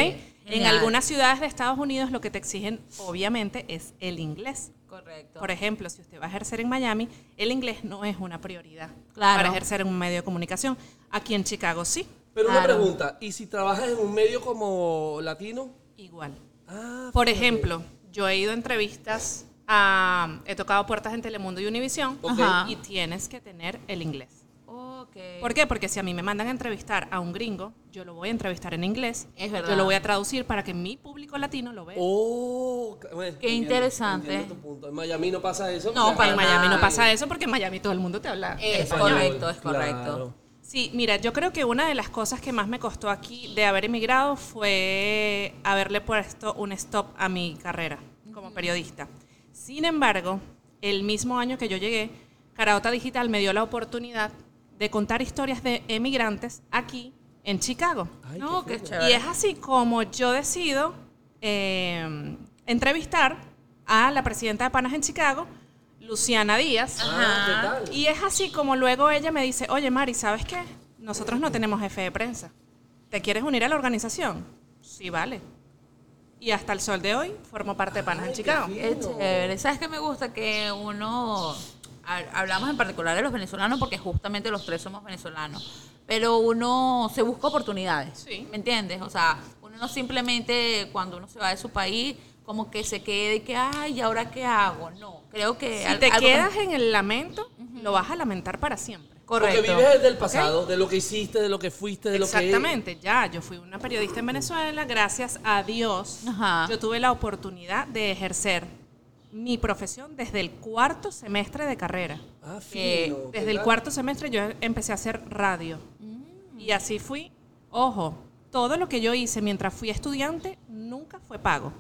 D: En
A: Genial.
D: algunas ciudades de Estados Unidos lo que te exigen obviamente es el inglés.
A: Correcto.
D: Por e- ejemplo, si usted va a ejercer en Miami, el inglés no es una prioridad
A: Claro.
D: para ejercer en un medio de comunicación. Aquí en Chicago sí,
C: Pero
A: Claro.
C: una pregunta, ¿y si trabajas en un medio como latino?
D: igual.
C: Ah,
D: Por
C: fíjate.
D: ejemplo, yo he ido a entrevistas, a- he tocado puertas en Telemundo y Univisión
C: Ok.
A: Ajá.
D: y tienes que tener el inglés.
A: Ok.
D: ¿Por qué? Porque si a mí me mandan a entrevistar a un gringo, yo lo voy a entrevistar en inglés.
A: Es verdad.
D: Yo lo voy a traducir para que mi público latino lo vea.
C: Oh, ca- bueno,
A: Qué
C: entiendo,
A: interesante.
C: entiendo tu punto. En Miami no pasa eso. Ah,
A: No,
D: Pero en
A: para
D: Miami no
A: nada.
D: pasa eso porque en Miami todo el mundo te habla.
A: Es
C: Español,
A: correcto, es
C: claro.
A: correcto.
D: Sí, mira, yo creo que una de las cosas que más me costó aquí de haber emigrado fue haberle puesto un stop a mi carrera como periodista. Sin embargo, el mismo año que yo llegué, Caraota Digital me dio la oportunidad de contar historias de emigrantes aquí en Chicago.
C: Ay,
A: No,
C: qué
A: qué
C: fino.
A: chévere.
D: Y es así como yo decido eh, entrevistar a la presidenta de Panas en Chicago, Luciana Díaz.
C: Ah, ¿qué tal?
D: Y es así como luego ella me dice, oye Mari, ¿sabes qué? Nosotros no tenemos jefe de prensa. ¿Te quieres unir a la organización? Sí, vale. Y hasta el sol de hoy formo parte de Panas
C: Ay,
D: en
C: qué
D: Chicago.
C: bien.
A: Es chévere. ¿Sabes qué me gusta? Que uno. ha- Hablamos en particular de los venezolanos porque justamente los tres somos venezolanos. Pero uno se busca oportunidades.
D: Sí.
A: ¿Me entiendes? O sea, uno no simplemente cuando uno se va de su país, como que se quede y que, ay, ¿y ahora qué hago? No. Creo que.
D: Si
A: al-
D: te
A: algo-
D: quedas en el lamento, lo vas a lamentar para siempre.
A: Correcto.
C: Porque vives del pasado, de lo que hiciste, de lo que fuiste, de lo que...
D: Exactamente, ya, yo fui una periodista en Venezuela, gracias a Dios,
A: Ajá.
D: yo tuve la oportunidad de ejercer mi profesión desde el cuarto semestre de carrera.
C: Ah,
A: Eh,
C: fino. ¿qué
D: Desde el
C: tal?
D: cuarto semestre yo empecé a hacer radio.
C: Mm.
D: Y así fui. Ojo, todo lo que yo hice mientras fui estudiante nunca fue pago.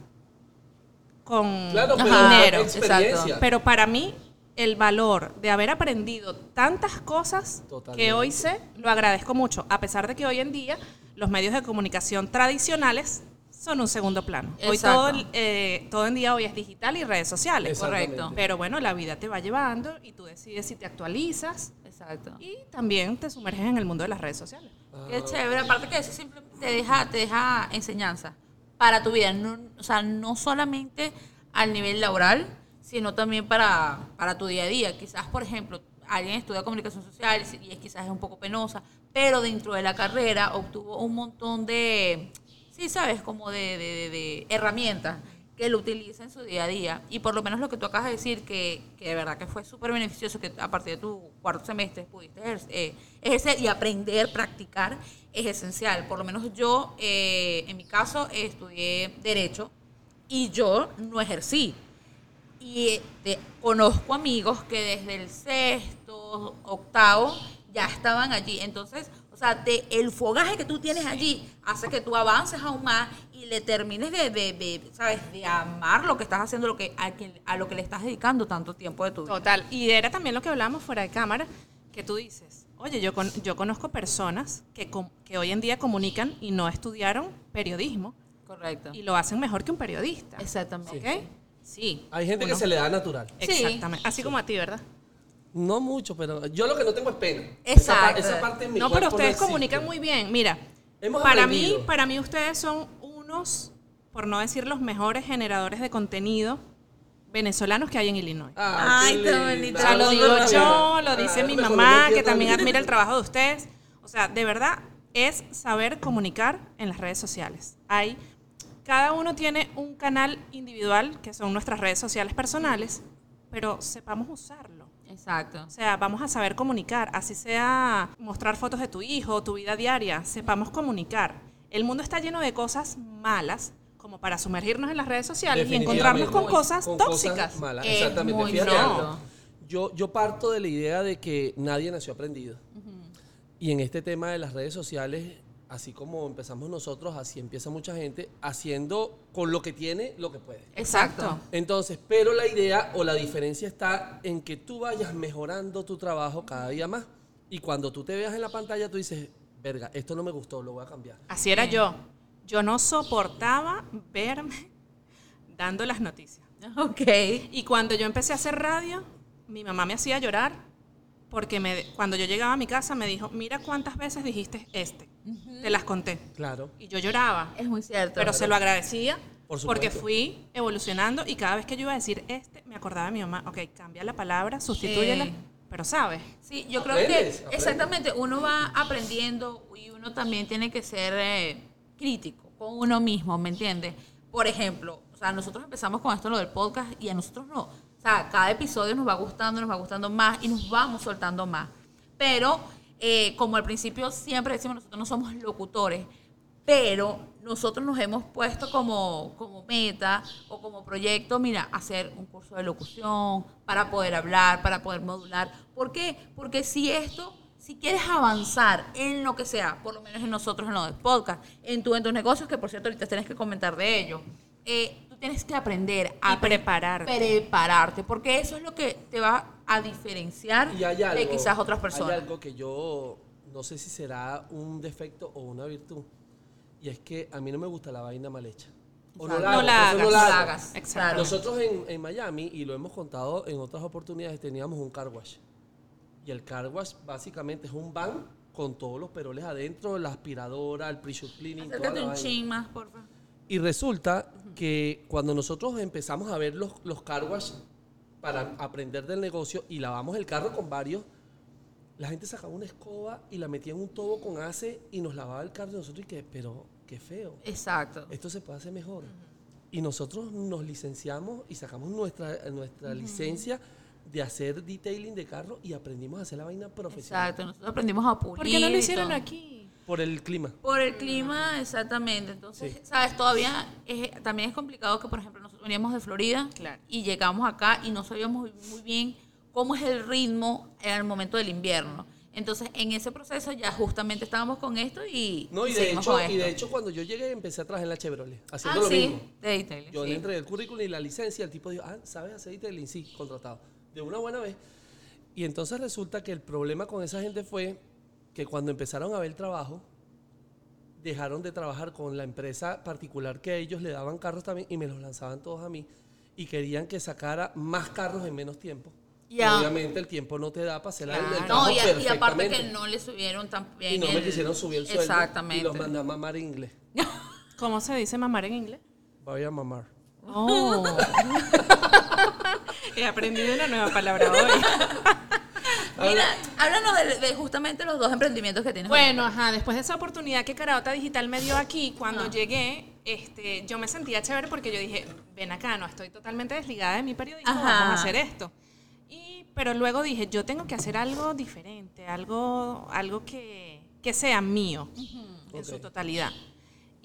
D: Con
C: Claro, pero
A: Ajá.
C: dinero,
A: Dinero,
C: experiencia.
A: exacto.
D: pero para mí, el valor de haber aprendido tantas cosas
C: Totalmente.
D: que hoy sé, lo agradezco mucho. A pesar de que hoy en día los medios de comunicación tradicionales son un segundo plano. Hoy
A: Exacto.
D: todo, el- eh, todo en día hoy es digital y redes sociales.
C: Exactamente.
A: correcto.
D: Pero bueno, la vida te va llevando y tú decides si te actualizas
A: Exacto.
D: y también te sumerges en el mundo de las redes sociales.
C: Ah,
A: Qué chévere, aparte que eso siempre te deja, te deja enseñanza para tu vida, no, o sea, no solamente al nivel laboral, sino también para, para tu día a día. Quizás, por ejemplo, alguien estudia comunicación social y es- quizás es un poco penosa, pero dentro de la carrera obtuvo un montón de, sí, sabes, como de, de- de- de herramientas que lo utiliza en su día a día. Y por lo menos lo que tú acabas de decir, que, que de verdad que fue súper beneficioso, que a partir de tu cuarto semestre pudiste ejer- eh, ejercer y aprender, practicar, es esencial. Por lo menos yo, eh, en mi caso, estudié derecho y yo no ejercí. Y Y este, conozco amigos que desde el sexto, octavo, ya estaban allí. Entonces, o sea, te- el fogaje que tú tienes allí hace que tú avances aún más y le termines de, de- de, ¿sabes? De amar lo que estás haciendo, lo que, a, quien- a lo que le estás dedicando tanto tiempo de tu vida.
D: Total. Y era también lo que hablábamos fuera de cámara, que tú dices, oye, yo, con- yo conozco personas que, com- que hoy en día comunican y no estudiaron periodismo
A: Correcto.
D: y lo hacen mejor que un periodista.
A: Exactamente.
D: ¿Ok? Sí.
C: Hay gente
D: uno.
C: que se le da natural.
D: Exactamente. Así como a ti, ¿verdad?
C: No mucho, pero yo lo que no tengo es pena. Esa pa-
A: Exacto.
C: Esa, parte de mi
D: No, pero
C: cuerpo
D: ustedes
C: existe.
D: comunican muy bien. Mira,
C: Hemos
D: para mí,
C: aprendido.
D: para mí ustedes son unos, por no decir los mejores generadores de contenido venezolanos que hay en Illinois.
C: Ah,
A: Ay,
C: qué
A: tan
C: linda.
A: bonito.
D: O sea, lo
A: No,
D: digo
A: no, no,
D: yo,
A: no.
D: lo dice
C: Ah,
D: mi
C: mejor
D: mamá,
C: no
D: que
C: entiendo.
D: también admira el trabajo de ustedes. O sea, de verdad, es saber comunicar en las redes sociales. Hay, cada uno tiene un canal individual, que son nuestras redes sociales personales, pero sepamos usarlo.
A: Exacto.
D: O sea, vamos a saber comunicar, así sea mostrar fotos de tu hijo, tu vida diaria, sepamos comunicar. El mundo está lleno de cosas malas como para sumergirnos en las redes sociales y encontrarnos con
C: Definitivamente.
D: cosas
C: Con
D: tóxicas.
C: malas,
A: Es
C: exactamente.
A: muy
C: Fíjate
A: cierto.
C: algo. Yo, yo parto de la idea de que nadie nació aprendido. Y en este tema de las redes sociales, así como empezamos nosotros, así empieza mucha gente, haciendo con lo que tiene lo que puede.
A: Exacto.
C: Entonces, pero la idea o la diferencia está en que tú vayas mejorando tu trabajo cada día más. Y cuando tú te veas en la pantalla, tú dices, verga, esto no me gustó, lo voy a cambiar.
D: Así era yo. Yo no soportaba verme dando las noticias.
A: Ok.
D: Y cuando yo empecé a hacer radio, mi mamá me hacía llorar porque me, cuando yo llegaba a mi casa me dijo, mira cuántas veces dijiste este. Te las conté.
C: Claro.
D: Y yo lloraba.
A: Es muy cierto.
D: Pero se lo agradecía
C: Por supuesto.
D: porque fui evolucionando y cada vez que yo iba a decir este, me acordaba de mi mamá, ok, cambia la palabra, sustitúyela,
A: Sí.
D: pero sabes.
A: Sí, yo creo que
C: Aprendes, aprendes.
A: exactamente uno va aprendiendo y uno también tiene que ser eh, crítico con uno mismo, ¿me entiendes? Por ejemplo, o sea, nosotros empezamos con esto lo del podcast y a nosotros no. O sea, cada episodio nos va gustando, nos va gustando más y nos vamos soltando más. Pero eh, como al principio siempre decimos, nosotros no somos locutores, pero nosotros nos hemos puesto como, como meta o como proyecto, mira, hacer un curso de locución para poder hablar, para poder modular. ¿Por qué? Porque si esto, si quieres avanzar en lo que sea, por lo menos en nosotros en los podcast, en, tu, en tus negocios, que por cierto ahorita tienes que comentar de ello, eh, tú tienes que aprender a
D: Y prepararte.
A: prepararte, porque eso es lo que te va a diferenciar
C: Y hay algo,
A: de quizás otras personas.
C: Hay algo que yo no sé si será un defecto o una virtud. Y es que a mí no me gusta la vaina mal hecha. O no
A: Exacto.
C: la, hago,
D: No la
C: entonces
D: hagas,
C: no la
D: no la
C: hago.
A: hagas,
D: Exacto.
A: claro.
C: Nosotros en, en Miami, y lo hemos contado en otras oportunidades, teníamos un car wash. Y el car wash básicamente es un van con todos los peroles adentro, la aspiradora, el pre-shoot cleaning, toda
A: Acércate
C: la
A: un
C: vaina.
A: chin más, por favor.
C: Y resulta que cuando nosotros empezamos a ver los, los car wash para aprender del negocio y lavamos el carro con varios, la gente sacaba una escoba y la metía en un tobo con ace y nos lavaba el carro de nosotros y que, pero qué feo,
A: Exacto.
C: esto se puede hacer mejor. Y nosotros nos licenciamos y sacamos nuestra, nuestra licencia de hacer detailing de carro y aprendimos a hacer la vaina profesional
A: Exacto, nosotros aprendimos a pulir.
D: ¿Por qué no lo
A: y
D: hicieron
A: todo.
D: aquí?
C: por el clima.
A: Por el clima, exactamente. Entonces,
C: Sí.
A: sabes, todavía es- también es complicado que, por ejemplo, nosotros veníamos de Florida
D: Claro.
A: y llegamos acá y no sabíamos muy bien cómo es el ritmo en el momento del invierno. Entonces, en ese proceso ya justamente estábamos con esto y,
C: No, y de,
A: seguimos
C: hecho,
A: con
C: y de
A: esto.
C: hecho cuando yo llegué empecé a trabajar en la Chevrolet, haciendo
A: ah,
C: lo
A: sí,
C: mismo.
A: de detail,
C: Yo
A: sí.
C: le entregué el currículum y la licencia. El tipo dijo, ah, ¿sabes hacer detailing? Sí, contratado. De una buena vez. Y entonces resulta que el problema con esa gente fue que cuando empezaron a ver trabajo, dejaron de trabajar con la empresa particular que ellos le daban carros también y me los lanzaban todos a mí. Y querían que sacara más carros en menos tiempo. Y
A: Ya.
C: Obviamente el tiempo no te da para hacer la- el,
A: Claro.
C: trabajo
A: No, y, a- y aparte que
C: perfectamente.
A: no le subieron también.
C: Y no me
A: el-
C: quisieron subir el sueldo.
A: Exactamente.
C: Y los mandé a mamar en inglés.
D: ¿Cómo se dice mamar en inglés?
C: Voy a mamar.
D: Oh. He aprendido una nueva palabra hoy.
A: Mira, háblanos de, de justamente los dos emprendimientos que tienes.
D: Bueno, ajá, después de esa oportunidad que Carabota Digital me dio aquí, cuando llegué, este, yo me sentía chévere porque yo dije, ven acá, no estoy totalmente desligada de mi periodismo,
A: Ajá.
D: vamos a hacer esto. Y, pero luego dije, yo tengo que hacer algo diferente, algo, algo que, que sea mío en su
C: Ok.
D: totalidad.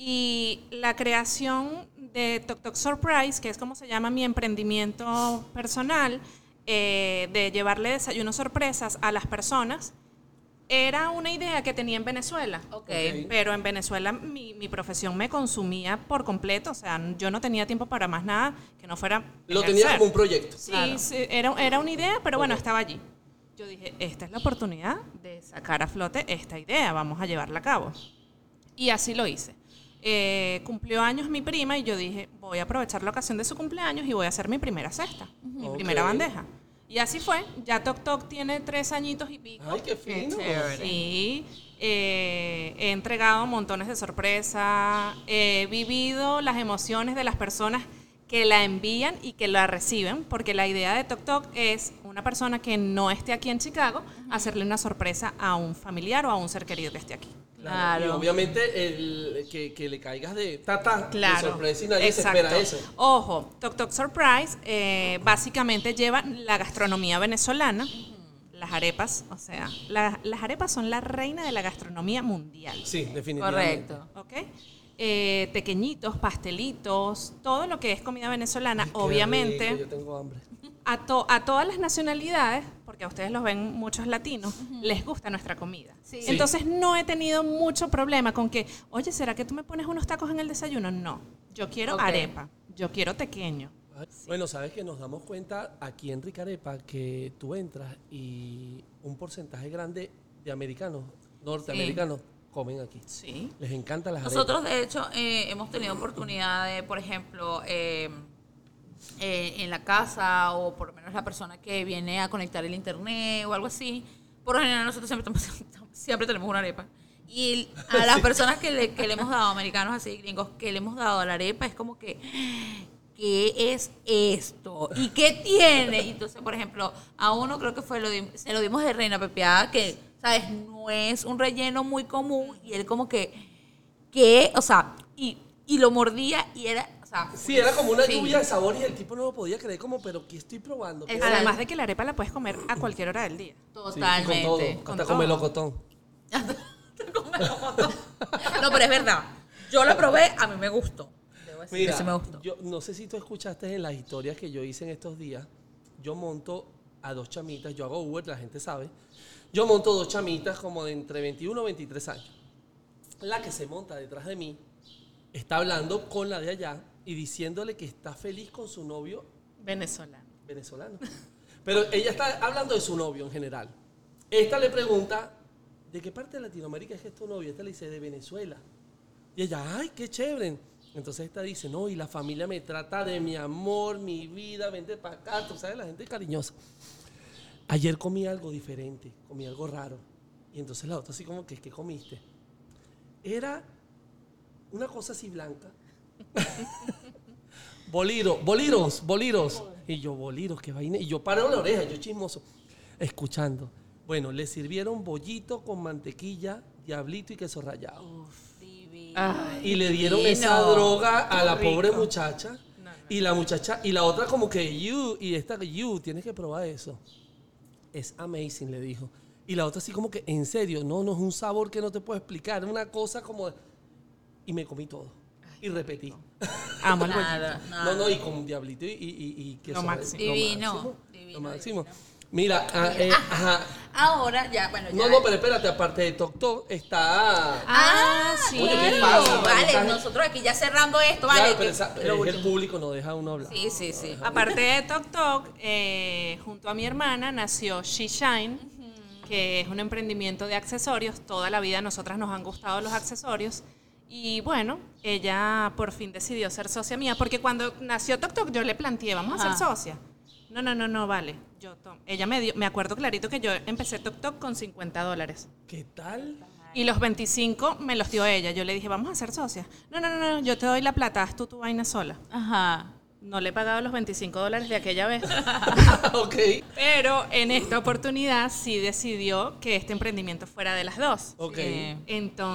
D: Y la creación de Tok Tok Surprise, que es como se llama mi emprendimiento personal, eh, de llevarle desayunos sorpresas a las personas, era una idea que tenía en Venezuela.
A: Ok.
D: Pero en Venezuela mi, mi profesión me consumía por completo, o sea, yo no tenía tiempo para más nada que no fuera...
C: Lo tenías
D: ejercer.
C: como un proyecto.
D: Sí,
A: Claro.
D: sí, era, era una idea, pero bueno,
C: Ok.
D: estaba allí. Yo dije, esta es la oportunidad de sacar a flote esta idea, vamos a llevarla a cabo. Y así lo hice. Eh, cumplió años mi prima y yo dije, voy a aprovechar la ocasión de su cumpleaños y voy a hacer mi primera cesta, mi
C: Ok.
D: primera bandeja. Y así fue, ya Tok Tok tiene tres añitos y pico.
C: Ay, qué fino.
D: Sí, eh, he entregado montones de sorpresa, he vivido las emociones de las personas que la envían y que la reciben, porque la idea de Tok Tok es una persona que no esté aquí en Chicago, hacerle una sorpresa a un familiar o a un ser querido que esté aquí.
C: Claro. Y
A: Claro.
C: obviamente el, que, que le caigas de tata, de sorpresa y nadie
D: exacto.
C: se espera eso.
D: Ojo, Tok Tok Surprise eh, básicamente lleva la gastronomía venezolana, las arepas, o sea, la- las arepas son la reina de la gastronomía mundial.
C: Sí, definitivamente.
A: Correcto.
D: ¿ok? Eh, tequeñitos, pastelitos, todo lo que es comida venezolana,
C: Qué
D: obviamente,
C: rico, yo tengo hambre.
D: a, to- a todas las nacionalidades, porque a ustedes los ven muchos latinos, les gusta nuestra comida.
A: Sí.
C: Sí.
D: Entonces no he tenido mucho problema con que, oye, ¿será que tú me pones unos tacos en el desayuno? No, yo quiero
A: Ok.
D: arepa, yo quiero tequeño.
C: Ay, Bueno, sabes que nos damos cuenta aquí en Ricarepa que tú entras y un porcentaje grande de americanos, norteamericanos, comen aquí.
D: Sí.
C: Les encantan las
A: Nosotros, de hecho, eh, hemos tenido oportunidad de, por ejemplo, eh, eh, en la casa o por lo menos la persona que viene a conectar el internet o algo así, por lo general nosotros siempre, estamos- siempre tenemos una arepa. Y a las personas que le, que le hemos dado, americanos así, gringos, que le hemos dado a la arepa, es como que, ¿qué es esto? ¿Y qué tiene? Y entonces, por ejemplo, a uno creo que fue lo dim- se lo dimos de reina pepeada, que, ¿sabes? No es un relleno muy común y él como que que, o sea, y, y lo mordía y era, o sea,
C: Sí, era como una
A: sí.
C: lluvia de sabores y el tipo no lo podía creer, como, pero ¿qué estoy probando? ¿Qué-
A: Es-
D: Además de que la arepa la puedes comer a cualquier hora del día.
C: Sí, con todo,
A: totalmente.
D: con
C: hasta
D: todo.
C: con melocotón.
A: no, pero es verdad. Yo la probé, a mí me gustó. Debo decir que
C: Mira,
A: sí me gustó.
C: yo no sé si tú escuchaste en las historias que yo hice en estos días, yo monto a dos chamitas, yo hago Uber, la gente sabe, yo monto dos chamitas como de entre 21 y 23 años. La que se monta detrás de mí está hablando con la de allá y diciéndole que está feliz con su novio
D: Venezolano.
C: venezolano. Pero ella está hablando de su novio en general. Esta le pregunta, ¿de qué parte de Latinoamérica es que es tu novio? Esta le dice, de Venezuela. Y ella, ay, qué chévere. Entonces esta dice, no, y la familia me trata de mi amor, mi vida, vente para acá. Tú sabes, la gente es cariñosa. Ayer comí algo diferente, comí algo raro. Y entonces la otra así como que, ¿qué comiste? Era una cosa así blanca. Boliro, boliros, boliros. Y yo, boliros, qué vaina. Y yo paro la oreja, yo chismoso, escuchando. Bueno, le sirvieron bollito con mantequilla, diablito y queso rallado.
D: Ah,
C: y le dieron
A: divino.
C: esa droga a la
D: Qué rico.
C: pobre muchacha.
D: No, no.
C: Y la muchacha, y la otra como que, you, y esta, you, tienes que probar eso. Es amazing, le dijo. Y la otra así como que, en serio, no, no es un sabor que no te puedo explicar, es una cosa como... de- Y me comí todo. Y repetí.
D: Amo el bollito.
A: Nada, nada.
C: No, no, y con diablito y, y, y, y queso.
D: Lo máximo.
C: Lo
A: Divino,
C: máximo.
A: divino,
C: Lo máximo. Mira, ah, eh, ajá.
A: Ahora ya, bueno, ya.
C: no, no, pero espérate, aparte de Toc Toc está...
D: Ah, sí.
C: Oye, ¿qué pasa,
A: Claro, vale,
C: Marica?
A: nosotros aquí ya cerrando esto,
C: Claro,
A: vale.
C: pero
A: que-
C: esa-
A: lo
C: es el
A: último.
C: público no deja a uno hablar.
A: Sí, sí, sí.
D: Aparte de Tok Tok, eh, junto a mi hermana nació She Shine, que es un emprendimiento de accesorios. Toda la vida a nosotras nos han gustado los accesorios. Y bueno, ella por fin decidió ser socia mía, porque cuando nació Tok Tok yo le planteé, vamos a ser
A: Ajá.
D: socia. No, no, no, no, vale. Yo to- Ella me dio, me acuerdo clarito que yo empecé Tok Tok con 50 dólares.
C: ¿Qué tal?
D: Y los 25 me los dio ella. Yo le dije, vamos a ser socias. No, no, no, no, yo te doy la plata, haz tú tu vaina sola.
A: Ajá.
D: No le he pagado los 25 dólares de aquella vez.
C: ok.
D: Pero en esta oportunidad sí decidió que este emprendimiento fuera de las dos.
C: Ok.
A: Eh,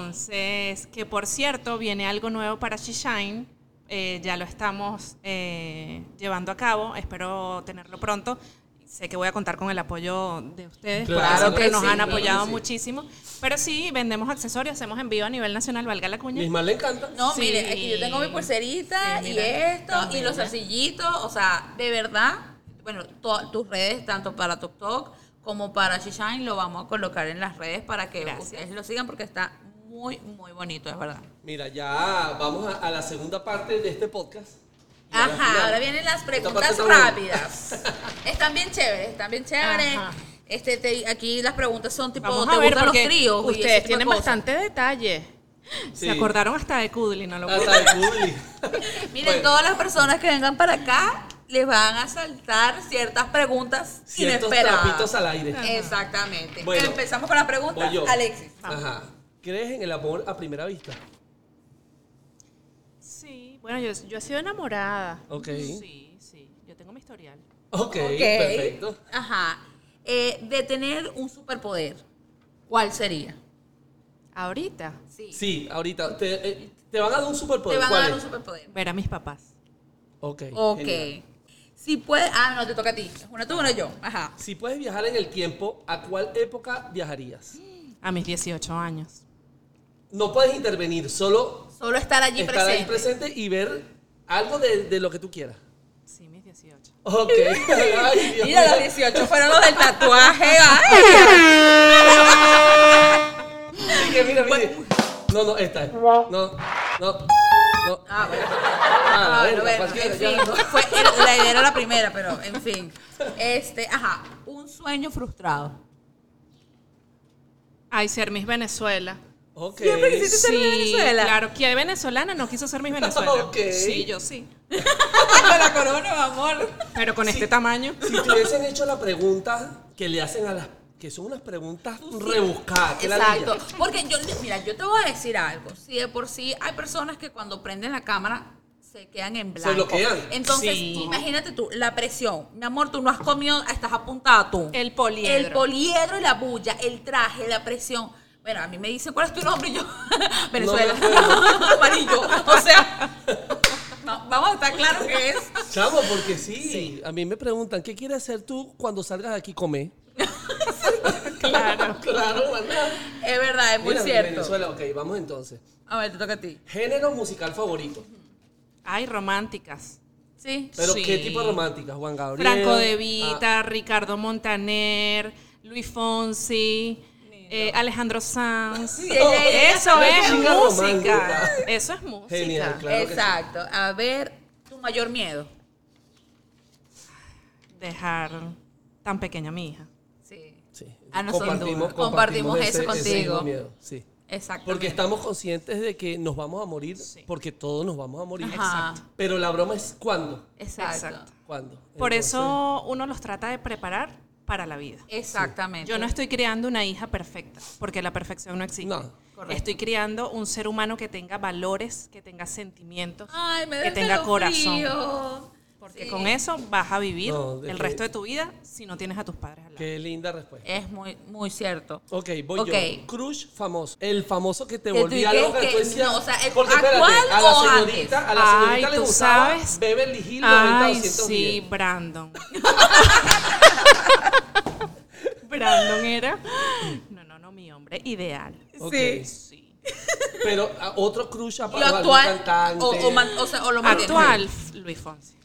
D: Entonces, que por cierto, viene algo nuevo para She Shine. Eh, ya lo estamos eh, llevando a cabo. Espero tenerlo pronto. sé que voy a contar con el apoyo de ustedes,
C: Claro
D: porque siempre
A: que
D: nos
A: sí,
D: han
A: claro que
D: apoyado
C: sí.
D: muchísimo. Pero sí, vendemos accesorios, hacemos envío a nivel nacional, valga la cuña.
C: Misma le encanta.
A: No,
D: Sí.
A: mire, aquí yo tengo mi pulserita
D: Sí,
A: y
D: mira,
A: esto,
D: tan
A: y los
D: bella.
A: arcillitos, o sea, de verdad, bueno, to- tus redes, tanto para TikTok como para Shine, lo vamos a colocar en las redes para que
D: Gracias.
A: ustedes lo sigan porque está muy, muy bonito, es verdad.
C: Mira, ya vamos a, a la segunda parte de este podcast. Y a la final.
A: Ajá, ahora vienen las preguntas
C: Esta parte está
A: rápidas. Están bien chéveres, están bien chéveres.
D: Ajá.
A: Este, te- aquí las preguntas son tipo,
D: Vamos
A: ¿te
D: a ver,
A: gustan los
D: porque
A: tríos? Y ese
D: ustedes
A: tipo de
D: tienen
A: cosas.
D: bastante detalle.
C: Sí.
D: Se acordaron hasta de Kudli, no lo puedo
C: Hasta Ah, el Woodley.
A: Miren,
C: Bueno.
A: todas las personas que vengan para acá les van a saltar ciertas preguntas
C: Ciertos
A: inesperadas.
C: trapitos al aire.
A: Exactamente.
C: Bueno.
A: Empezamos con la pregunta,
C: Voy yo.
A: Eh, Alexis.
C: Ajá. ¿Crees en el amor a primera vista?
D: Sí, bueno, yo, yo he sido enamorada.
C: Ok.
D: Sí, sí, yo tengo mi historial.
C: Ok,
A: Ok.
C: perfecto.
A: Ajá. Eh, de tener un superpoder, ¿cuál sería?
D: Ahorita,
C: Sí, ahorita te, eh, te van a dar un superpoder.
A: Te van a
C: ¿Cuál
A: dar
C: es?
A: un superpoder.
D: ver a mis papás.
C: Ok.
A: Ok.
C: genial.
A: Si puedes. Ah, no, te toca a ti. Es Una tú, una yo. Ajá.
C: Si puedes viajar en el tiempo, ¿a cuál época viajarías?
D: A mis 18 años.
C: No puedes intervenir, solo
A: Solo estar allí
C: estar
A: presente.
C: ahí presente y ver algo de, de lo que tú quieras.
D: Sí, mis 18.
C: Ok. Ay, Dios
A: Mira,
C: mío.
A: los 18 fueron los del tatuaje. Ay.
C: Así que mira, mira. No, no, esta es. No, no, no.
A: Ah, bueno.
C: Ah,
A: Ah,
C: bueno,
A: bueno,
C: cualquiera,
A: en
C: ya,
A: fin,
C: ¿no?
A: fue- era- la idea era la primera, pero en fin. Este, ajá, un sueño frustrado.
D: Ay, ser mis Venezuela.
C: Ok.
A: Siempre quisiste- ser
D: sí,
A: Miss Venezuela?
D: Claro, que venezolana no quiso ser mis Venezuela.
C: Ok.
D: Sí, yo sí.
A: Con la corona, mi amor.
D: Pero con este tamaño.
C: Si te hubiesen hecho la pregunta que le hacen a las. que son unas preguntas rebuscadas. que la
A: Exacto.
C: ladilla.
A: Porque yo, mira, yo te voy a decir algo. Si de por sí hay personas que cuando prenden la cámara se quedan en blanco.
C: bloquean.
A: Entonces,
D: Sí.
A: imagínate tú, la presión. Mi amor, tú no has comido, estás apuntada tú.
D: El poliedro.
A: El poliedro y la bulla, el traje, la presión. Bueno, a mí me dicen, ¿cuál es tu nombre? Y yo, Venezuela.
C: No me
A: Amarillo. O sea, no, vamos a estar claros que es.
C: Chamo, porque sí, A mí me preguntan, ¿qué quieres hacer tú cuando salgas de aquí comer?
D: Claro.
C: Claro, ¿verdad?
A: Es verdad, es muy
C: Mira,
A: cierto.
C: Venezuela, ok, vamos entonces.
A: A ver, te toca a ti.
C: Género musical favorito.
D: Ay, románticas.
A: Sí.
C: Pero
D: Sí.
C: ¿qué tipo de romántica? Juan Gabriel.
D: Franco De
C: Ah,
D: Vita, Ricardo Montaner, Luis Fonsi, eh, Alejandro Sanz.
A: Sí, ella- ella-
D: Eso
C: Una
D: es
C: chica
D: música.
C: romántica.
D: Eso es música.
C: Genial, claro. que sí.
A: Exacto. A ver, tu mayor miedo.
D: Dejar tan pequeña a mi hija.
A: Sí.
C: sí.
A: Ah, no, sin duda.
C: compartimos,
A: Compartimos
C: compartimos
A: eso
C: ese, ese
A: contigo.
C: mismo miedo, sí.
A: Exacto.
C: Porque estamos conscientes de que nos vamos a morir,
D: Sí.
C: porque todos nos vamos a morir.
A: Ajá.
D: Exacto.
C: Pero la broma es ¿cuándo?
A: Exacto.
D: Exacto.
C: ¿Cuándo?
D: Por
C: Entonces,
D: eso uno los trata de preparar para la vida.
A: Exactamente.
D: Yo no estoy creando una hija perfecta, porque la perfección no existe.
C: No.
A: Correcto.
D: Estoy creando un ser humano que tenga valores, que tenga sentimientos,
A: Ay, me da
D: que tenga corazón.
A: escalofrío.
D: Porque
A: Sí.
D: con eso vas a vivir
C: No,
D: el
C: definitivamente.
D: resto de tu vida si no tienes a tus padres al lado.
C: Qué linda respuesta.
A: Es muy, muy cierto.
C: Ok, voy
A: Ok.
C: yo. Crush famoso. El famoso que te
A: Que tú
C: volvía
A: dices
C: loca.
A: que-
C: tú decías,
A: no, o sea, el-
C: porque
A: ¿a
C: espérate,
A: cuál
C: a la
A: o antes?
C: señorita, a la señorita
D: Ay,
C: le
D: tú
C: gustaba
D: sabes.
C: Beverly Hills 90
D: Ay,
C: 210.
D: sí, Brandon. Brandon era. No, no, no, mi hombre ideal.
C: Ok.
D: Sí.
C: Pero a otro crush a
A: Lo actual.
C: cantante.
A: O, o man- o sea, o lo mantiene.
D: Actual, Luis Fonsi.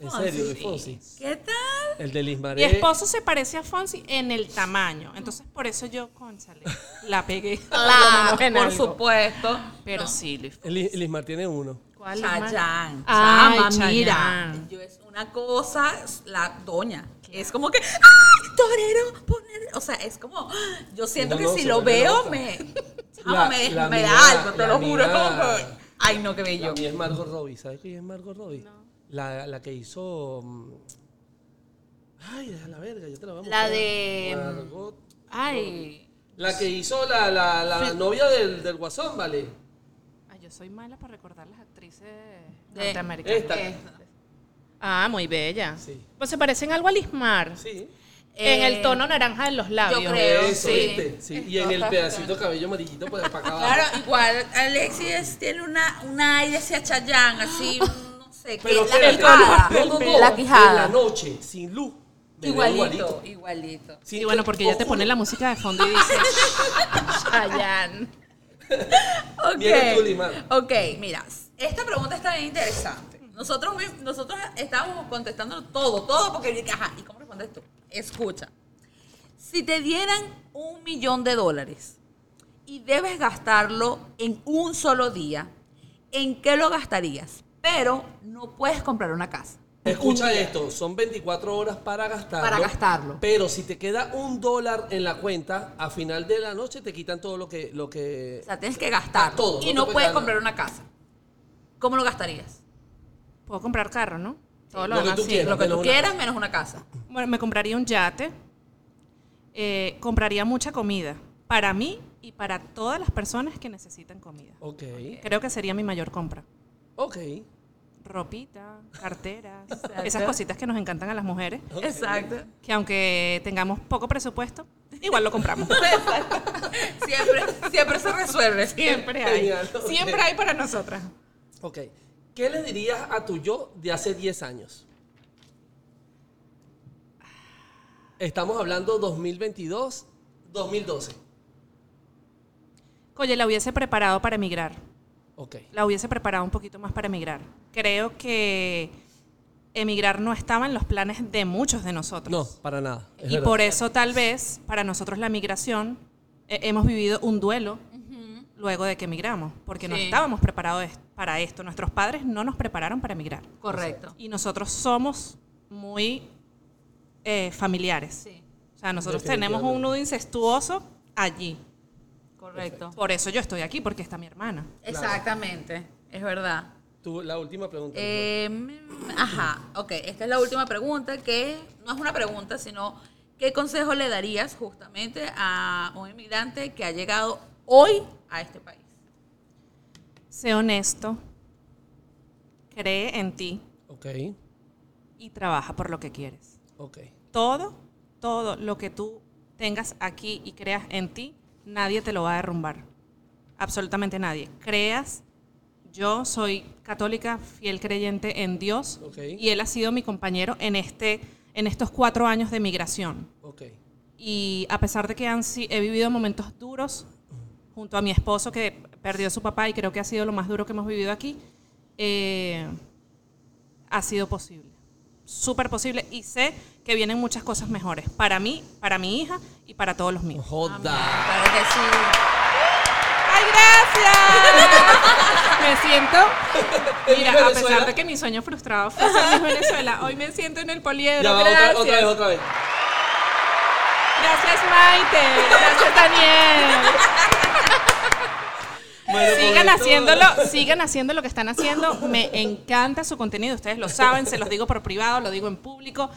C: En serio, Luis Fonsi.
A: ¿Qué tal?
C: El de eh, Liz
D: Mi
C: Maré.
D: esposo se parece a Fonsi en el tamaño. Entonces, por eso yo, conchale, la pegué.
A: Claro,
D: Por lo menos en
A: por
D: algo.
A: supuesto.
D: Pero
A: No.
D: sí, Luis Fonsi.
C: Liz, Liz Mar tiene uno.
D: ¿Cuál
A: Chayanne.
D: Ay,
A: Chama,
D: Chayanne.
A: mira. Yo es una cosa, la doña. Es como que, ¡ay, torero! poner-". O sea, es como, yo siento
C: No,
A: que
C: no,
A: si
C: se
A: lo
C: vuelve
A: veo,
C: loca.
A: me, chama,
C: La-
A: me,
C: la
A: me
C: mía-
A: da algo, te
C: la
A: lo juro. es
C: mía-
A: como que, Ay, no, qué
C: La
A: bello.
C: mía es Margot Robbie. ¿Sabes quién es Margot Robbie? La, la que hizo... mm, Ay, a la verga, yo te la voy a
A: La
C: mostrar.
A: de, mm,
C: Margot.
D: Ay.
C: La que hizo la, la, la novia del, del Guasón, ¿vale?
D: Ay, yo soy mala para recordar las actrices
A: De-
D: norteamericanas.
C: Esta.
D: Ah, muy bella.
C: Sí.
D: Pues se parecen algo a Lismar.
C: Sí.
D: En
A: Eh,
D: el tono naranja de los labios.
A: creo. Pero
C: Eso,
A: sí.
C: ¿viste? Sí. Y en el
A: Está
C: pedacito de cabello amarillito por para acá abajo.
A: Claro, igual Alexis tiene una, una aire hacia Chayanne, así, no sé, que
C: Pero
A: es la
C: espérate,
A: quijada.
C: no, no, no,
A: La
C: En la
A: quijada.
C: noche, sin luz, bebé
A: Igualito, igualito.
D: Y bueno, porque ya te
C: pone
D: pone la música de fondo y dices, Chayanne.
A: Ok.
C: Viene tú, Limar.
A: Ok, mira, esta pregunta está bien interesante. Nosotros, mi- nosotros estábamos contestando todo, todo, porque dije, ajá, ¿y cómo respondes tú? Escucha, si te dieran un millón de dólares y debes gastarlo en un solo día, ¿en qué lo gastarías? Pero no puedes comprar una casa.
C: Escucha esto, son 24 horas para gastarlo.
A: Para gastarlo.
C: Pero si te queda un dólar en la cuenta, a final de la noche te quitan todo lo que... Lo que
A: O sea, tienes que gastar
C: Todo,
A: y
C: no
A: no,
C: te puedes
A: puedes
C: ganar.
A: comprar una casa. ¿Cómo lo gastarías?
D: Puedo comprar carro, ¿no? Todo lo,
C: Lo que
D: demás
C: tú
D: sí.
C: quieras.
A: Lo que
C: Menos
A: tú
C: una
A: quieras menos una casa.
D: Bueno, me compraría un yate, eh, compraría mucha comida para mí y para todas las personas que necesitan comida.
C: Ok,
D: Creo que sería mi mayor compra.
C: ok.
D: Ropita, carteras, esas cositas que nos encantan a las mujeres,
A: Exacto.
D: que aunque tengamos poco presupuesto, igual lo compramos.
A: Siempre, siempre se resuelve.
D: Siempre hay.
C: Genial, ok.
D: Siempre hay para nosotras.
C: Ok. ¿Qué le dirías a tu yo de hace 10 años? Estamos hablando 2022, 2012.
D: Oye, la hubiese preparado para emigrar.
C: Ok.
D: La hubiese preparado un poquito más para emigrar. Creo que emigrar no estaba en los planes de muchos de nosotros.
C: No, para nada. es
D: Y
C: verdad.
D: por e- eso tal vez para nosotros la migración eh, hemos vivido un duelo luego de que emigramos, porque no
A: Sí.
D: estábamos preparados est- para esto. Nuestros padres no nos prepararon para emigrar.
A: Correcto.
D: Y nosotros somos muy eh, familiares.
A: Sí,
D: O sea, nosotros tenemos un nudo incestuoso allí.
A: correcto.
D: Por eso yo estoy aquí, porque está mi hermana.
A: Exactamente, es verdad.
C: Tú, la última pregunta.
A: Eh, ajá, ok, esta es la última pregunta que no es una pregunta, sino ¿qué consejo le darías justamente a un inmigrante que ha llegado hoy a este país?
D: Sé honesto, cree en ti
C: ok,
D: y trabaja por lo que quieres.
C: ok.
D: todo, todo lo que tú tengas aquí y creas en ti, nadie te lo va a derrumbar. Absolutamente nadie. Creas, yo soy católica, fiel creyente en Dios
C: Ok.
D: y Él ha sido mi compañero en, este, en estos cuatro años de migración.
C: Ok.
D: Y a pesar de que han, si- he vivido momentos duros junto a mi esposo que perdió a su papá y creo que ha sido lo más duro que hemos vivido aquí, eh, ha sido posible. Súper posible. Y sé que vienen muchas cosas mejores para mí, para mi hija y para todos los míos.
C: Joda.
A: Claro que sí.
D: ¡Ay, gracias! me siento. Mira, a
C: Venezuela.
D: pesar de que mi sueño frustrado fue ser Miss Venezuela, hoy me siento en el poliedro.
C: Ya va,
D: gracias.
C: otra, otra vez, otra vez.
D: Gracias, Maite. Gracias, Daniel.
C: Bueno, con
D: Sigan
C: esto-
D: haciéndolo, sigan haciendo lo que están haciendo. Me encanta su contenido. Ustedes lo saben, se los digo por privado, lo digo en público.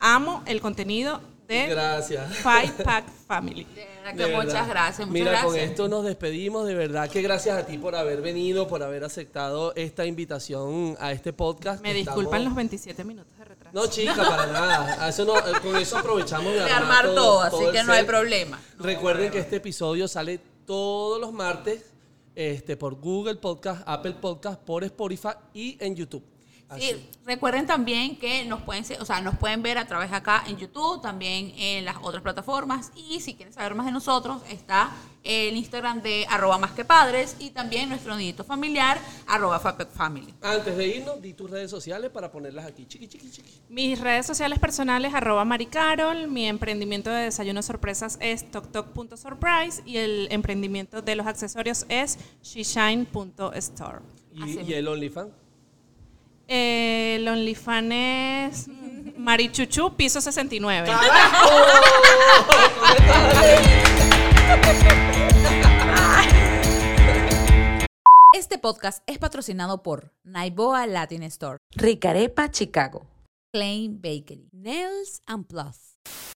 D: Amo el contenido de
C: Gracias.
D: Five Pack Family.
A: De verdad
C: De
A: que
C: verdad.
A: muchas gracias, muchas
C: Mira,
A: gracias.
C: con esto nos despedimos. De verdad que gracias a ti por haber venido, por haber aceptado esta invitación a este podcast.
D: Me disculpan los 27 minutos de retraso.
C: No, chica, para nada. A Eso no, eh, con eso aprovechamos de,
A: De armar todo, así
C: el
A: que no hay
C: set.
A: problema.
C: Recuerden que este episodio sale todos los martes este, por Google Podcast, Apple Podcast, por Spotify y en YouTube. Así.
A: Sí, recuerden también que nos pueden, se- o sea, nos pueden ver a través de acá en YouTube, también en las otras plataformas. Y si quieren saber más de nosotros, está el Instagram de arroba más que padres y también nuestro nidito familiar, arroba Fapec Family.
C: Antes de irnos, di tus redes sociales para ponerlas aquí. Chiqui, chiqui, chiqui.
D: Mis redes sociales personales, arroba maricarol, mi emprendimiento de desayunos sorpresas es toctoc.surprise y el emprendimiento de los accesorios es sheshine.store.
C: Y,
A: Así
C: y el OnlyFans.
D: El OnlyFans es marichuchu, piso 69.
A: Este podcast es patrocinado por Naiboa Latin Store,
B: Ricarepa Chicago.
A: Plain Bakery, Nails and Plus.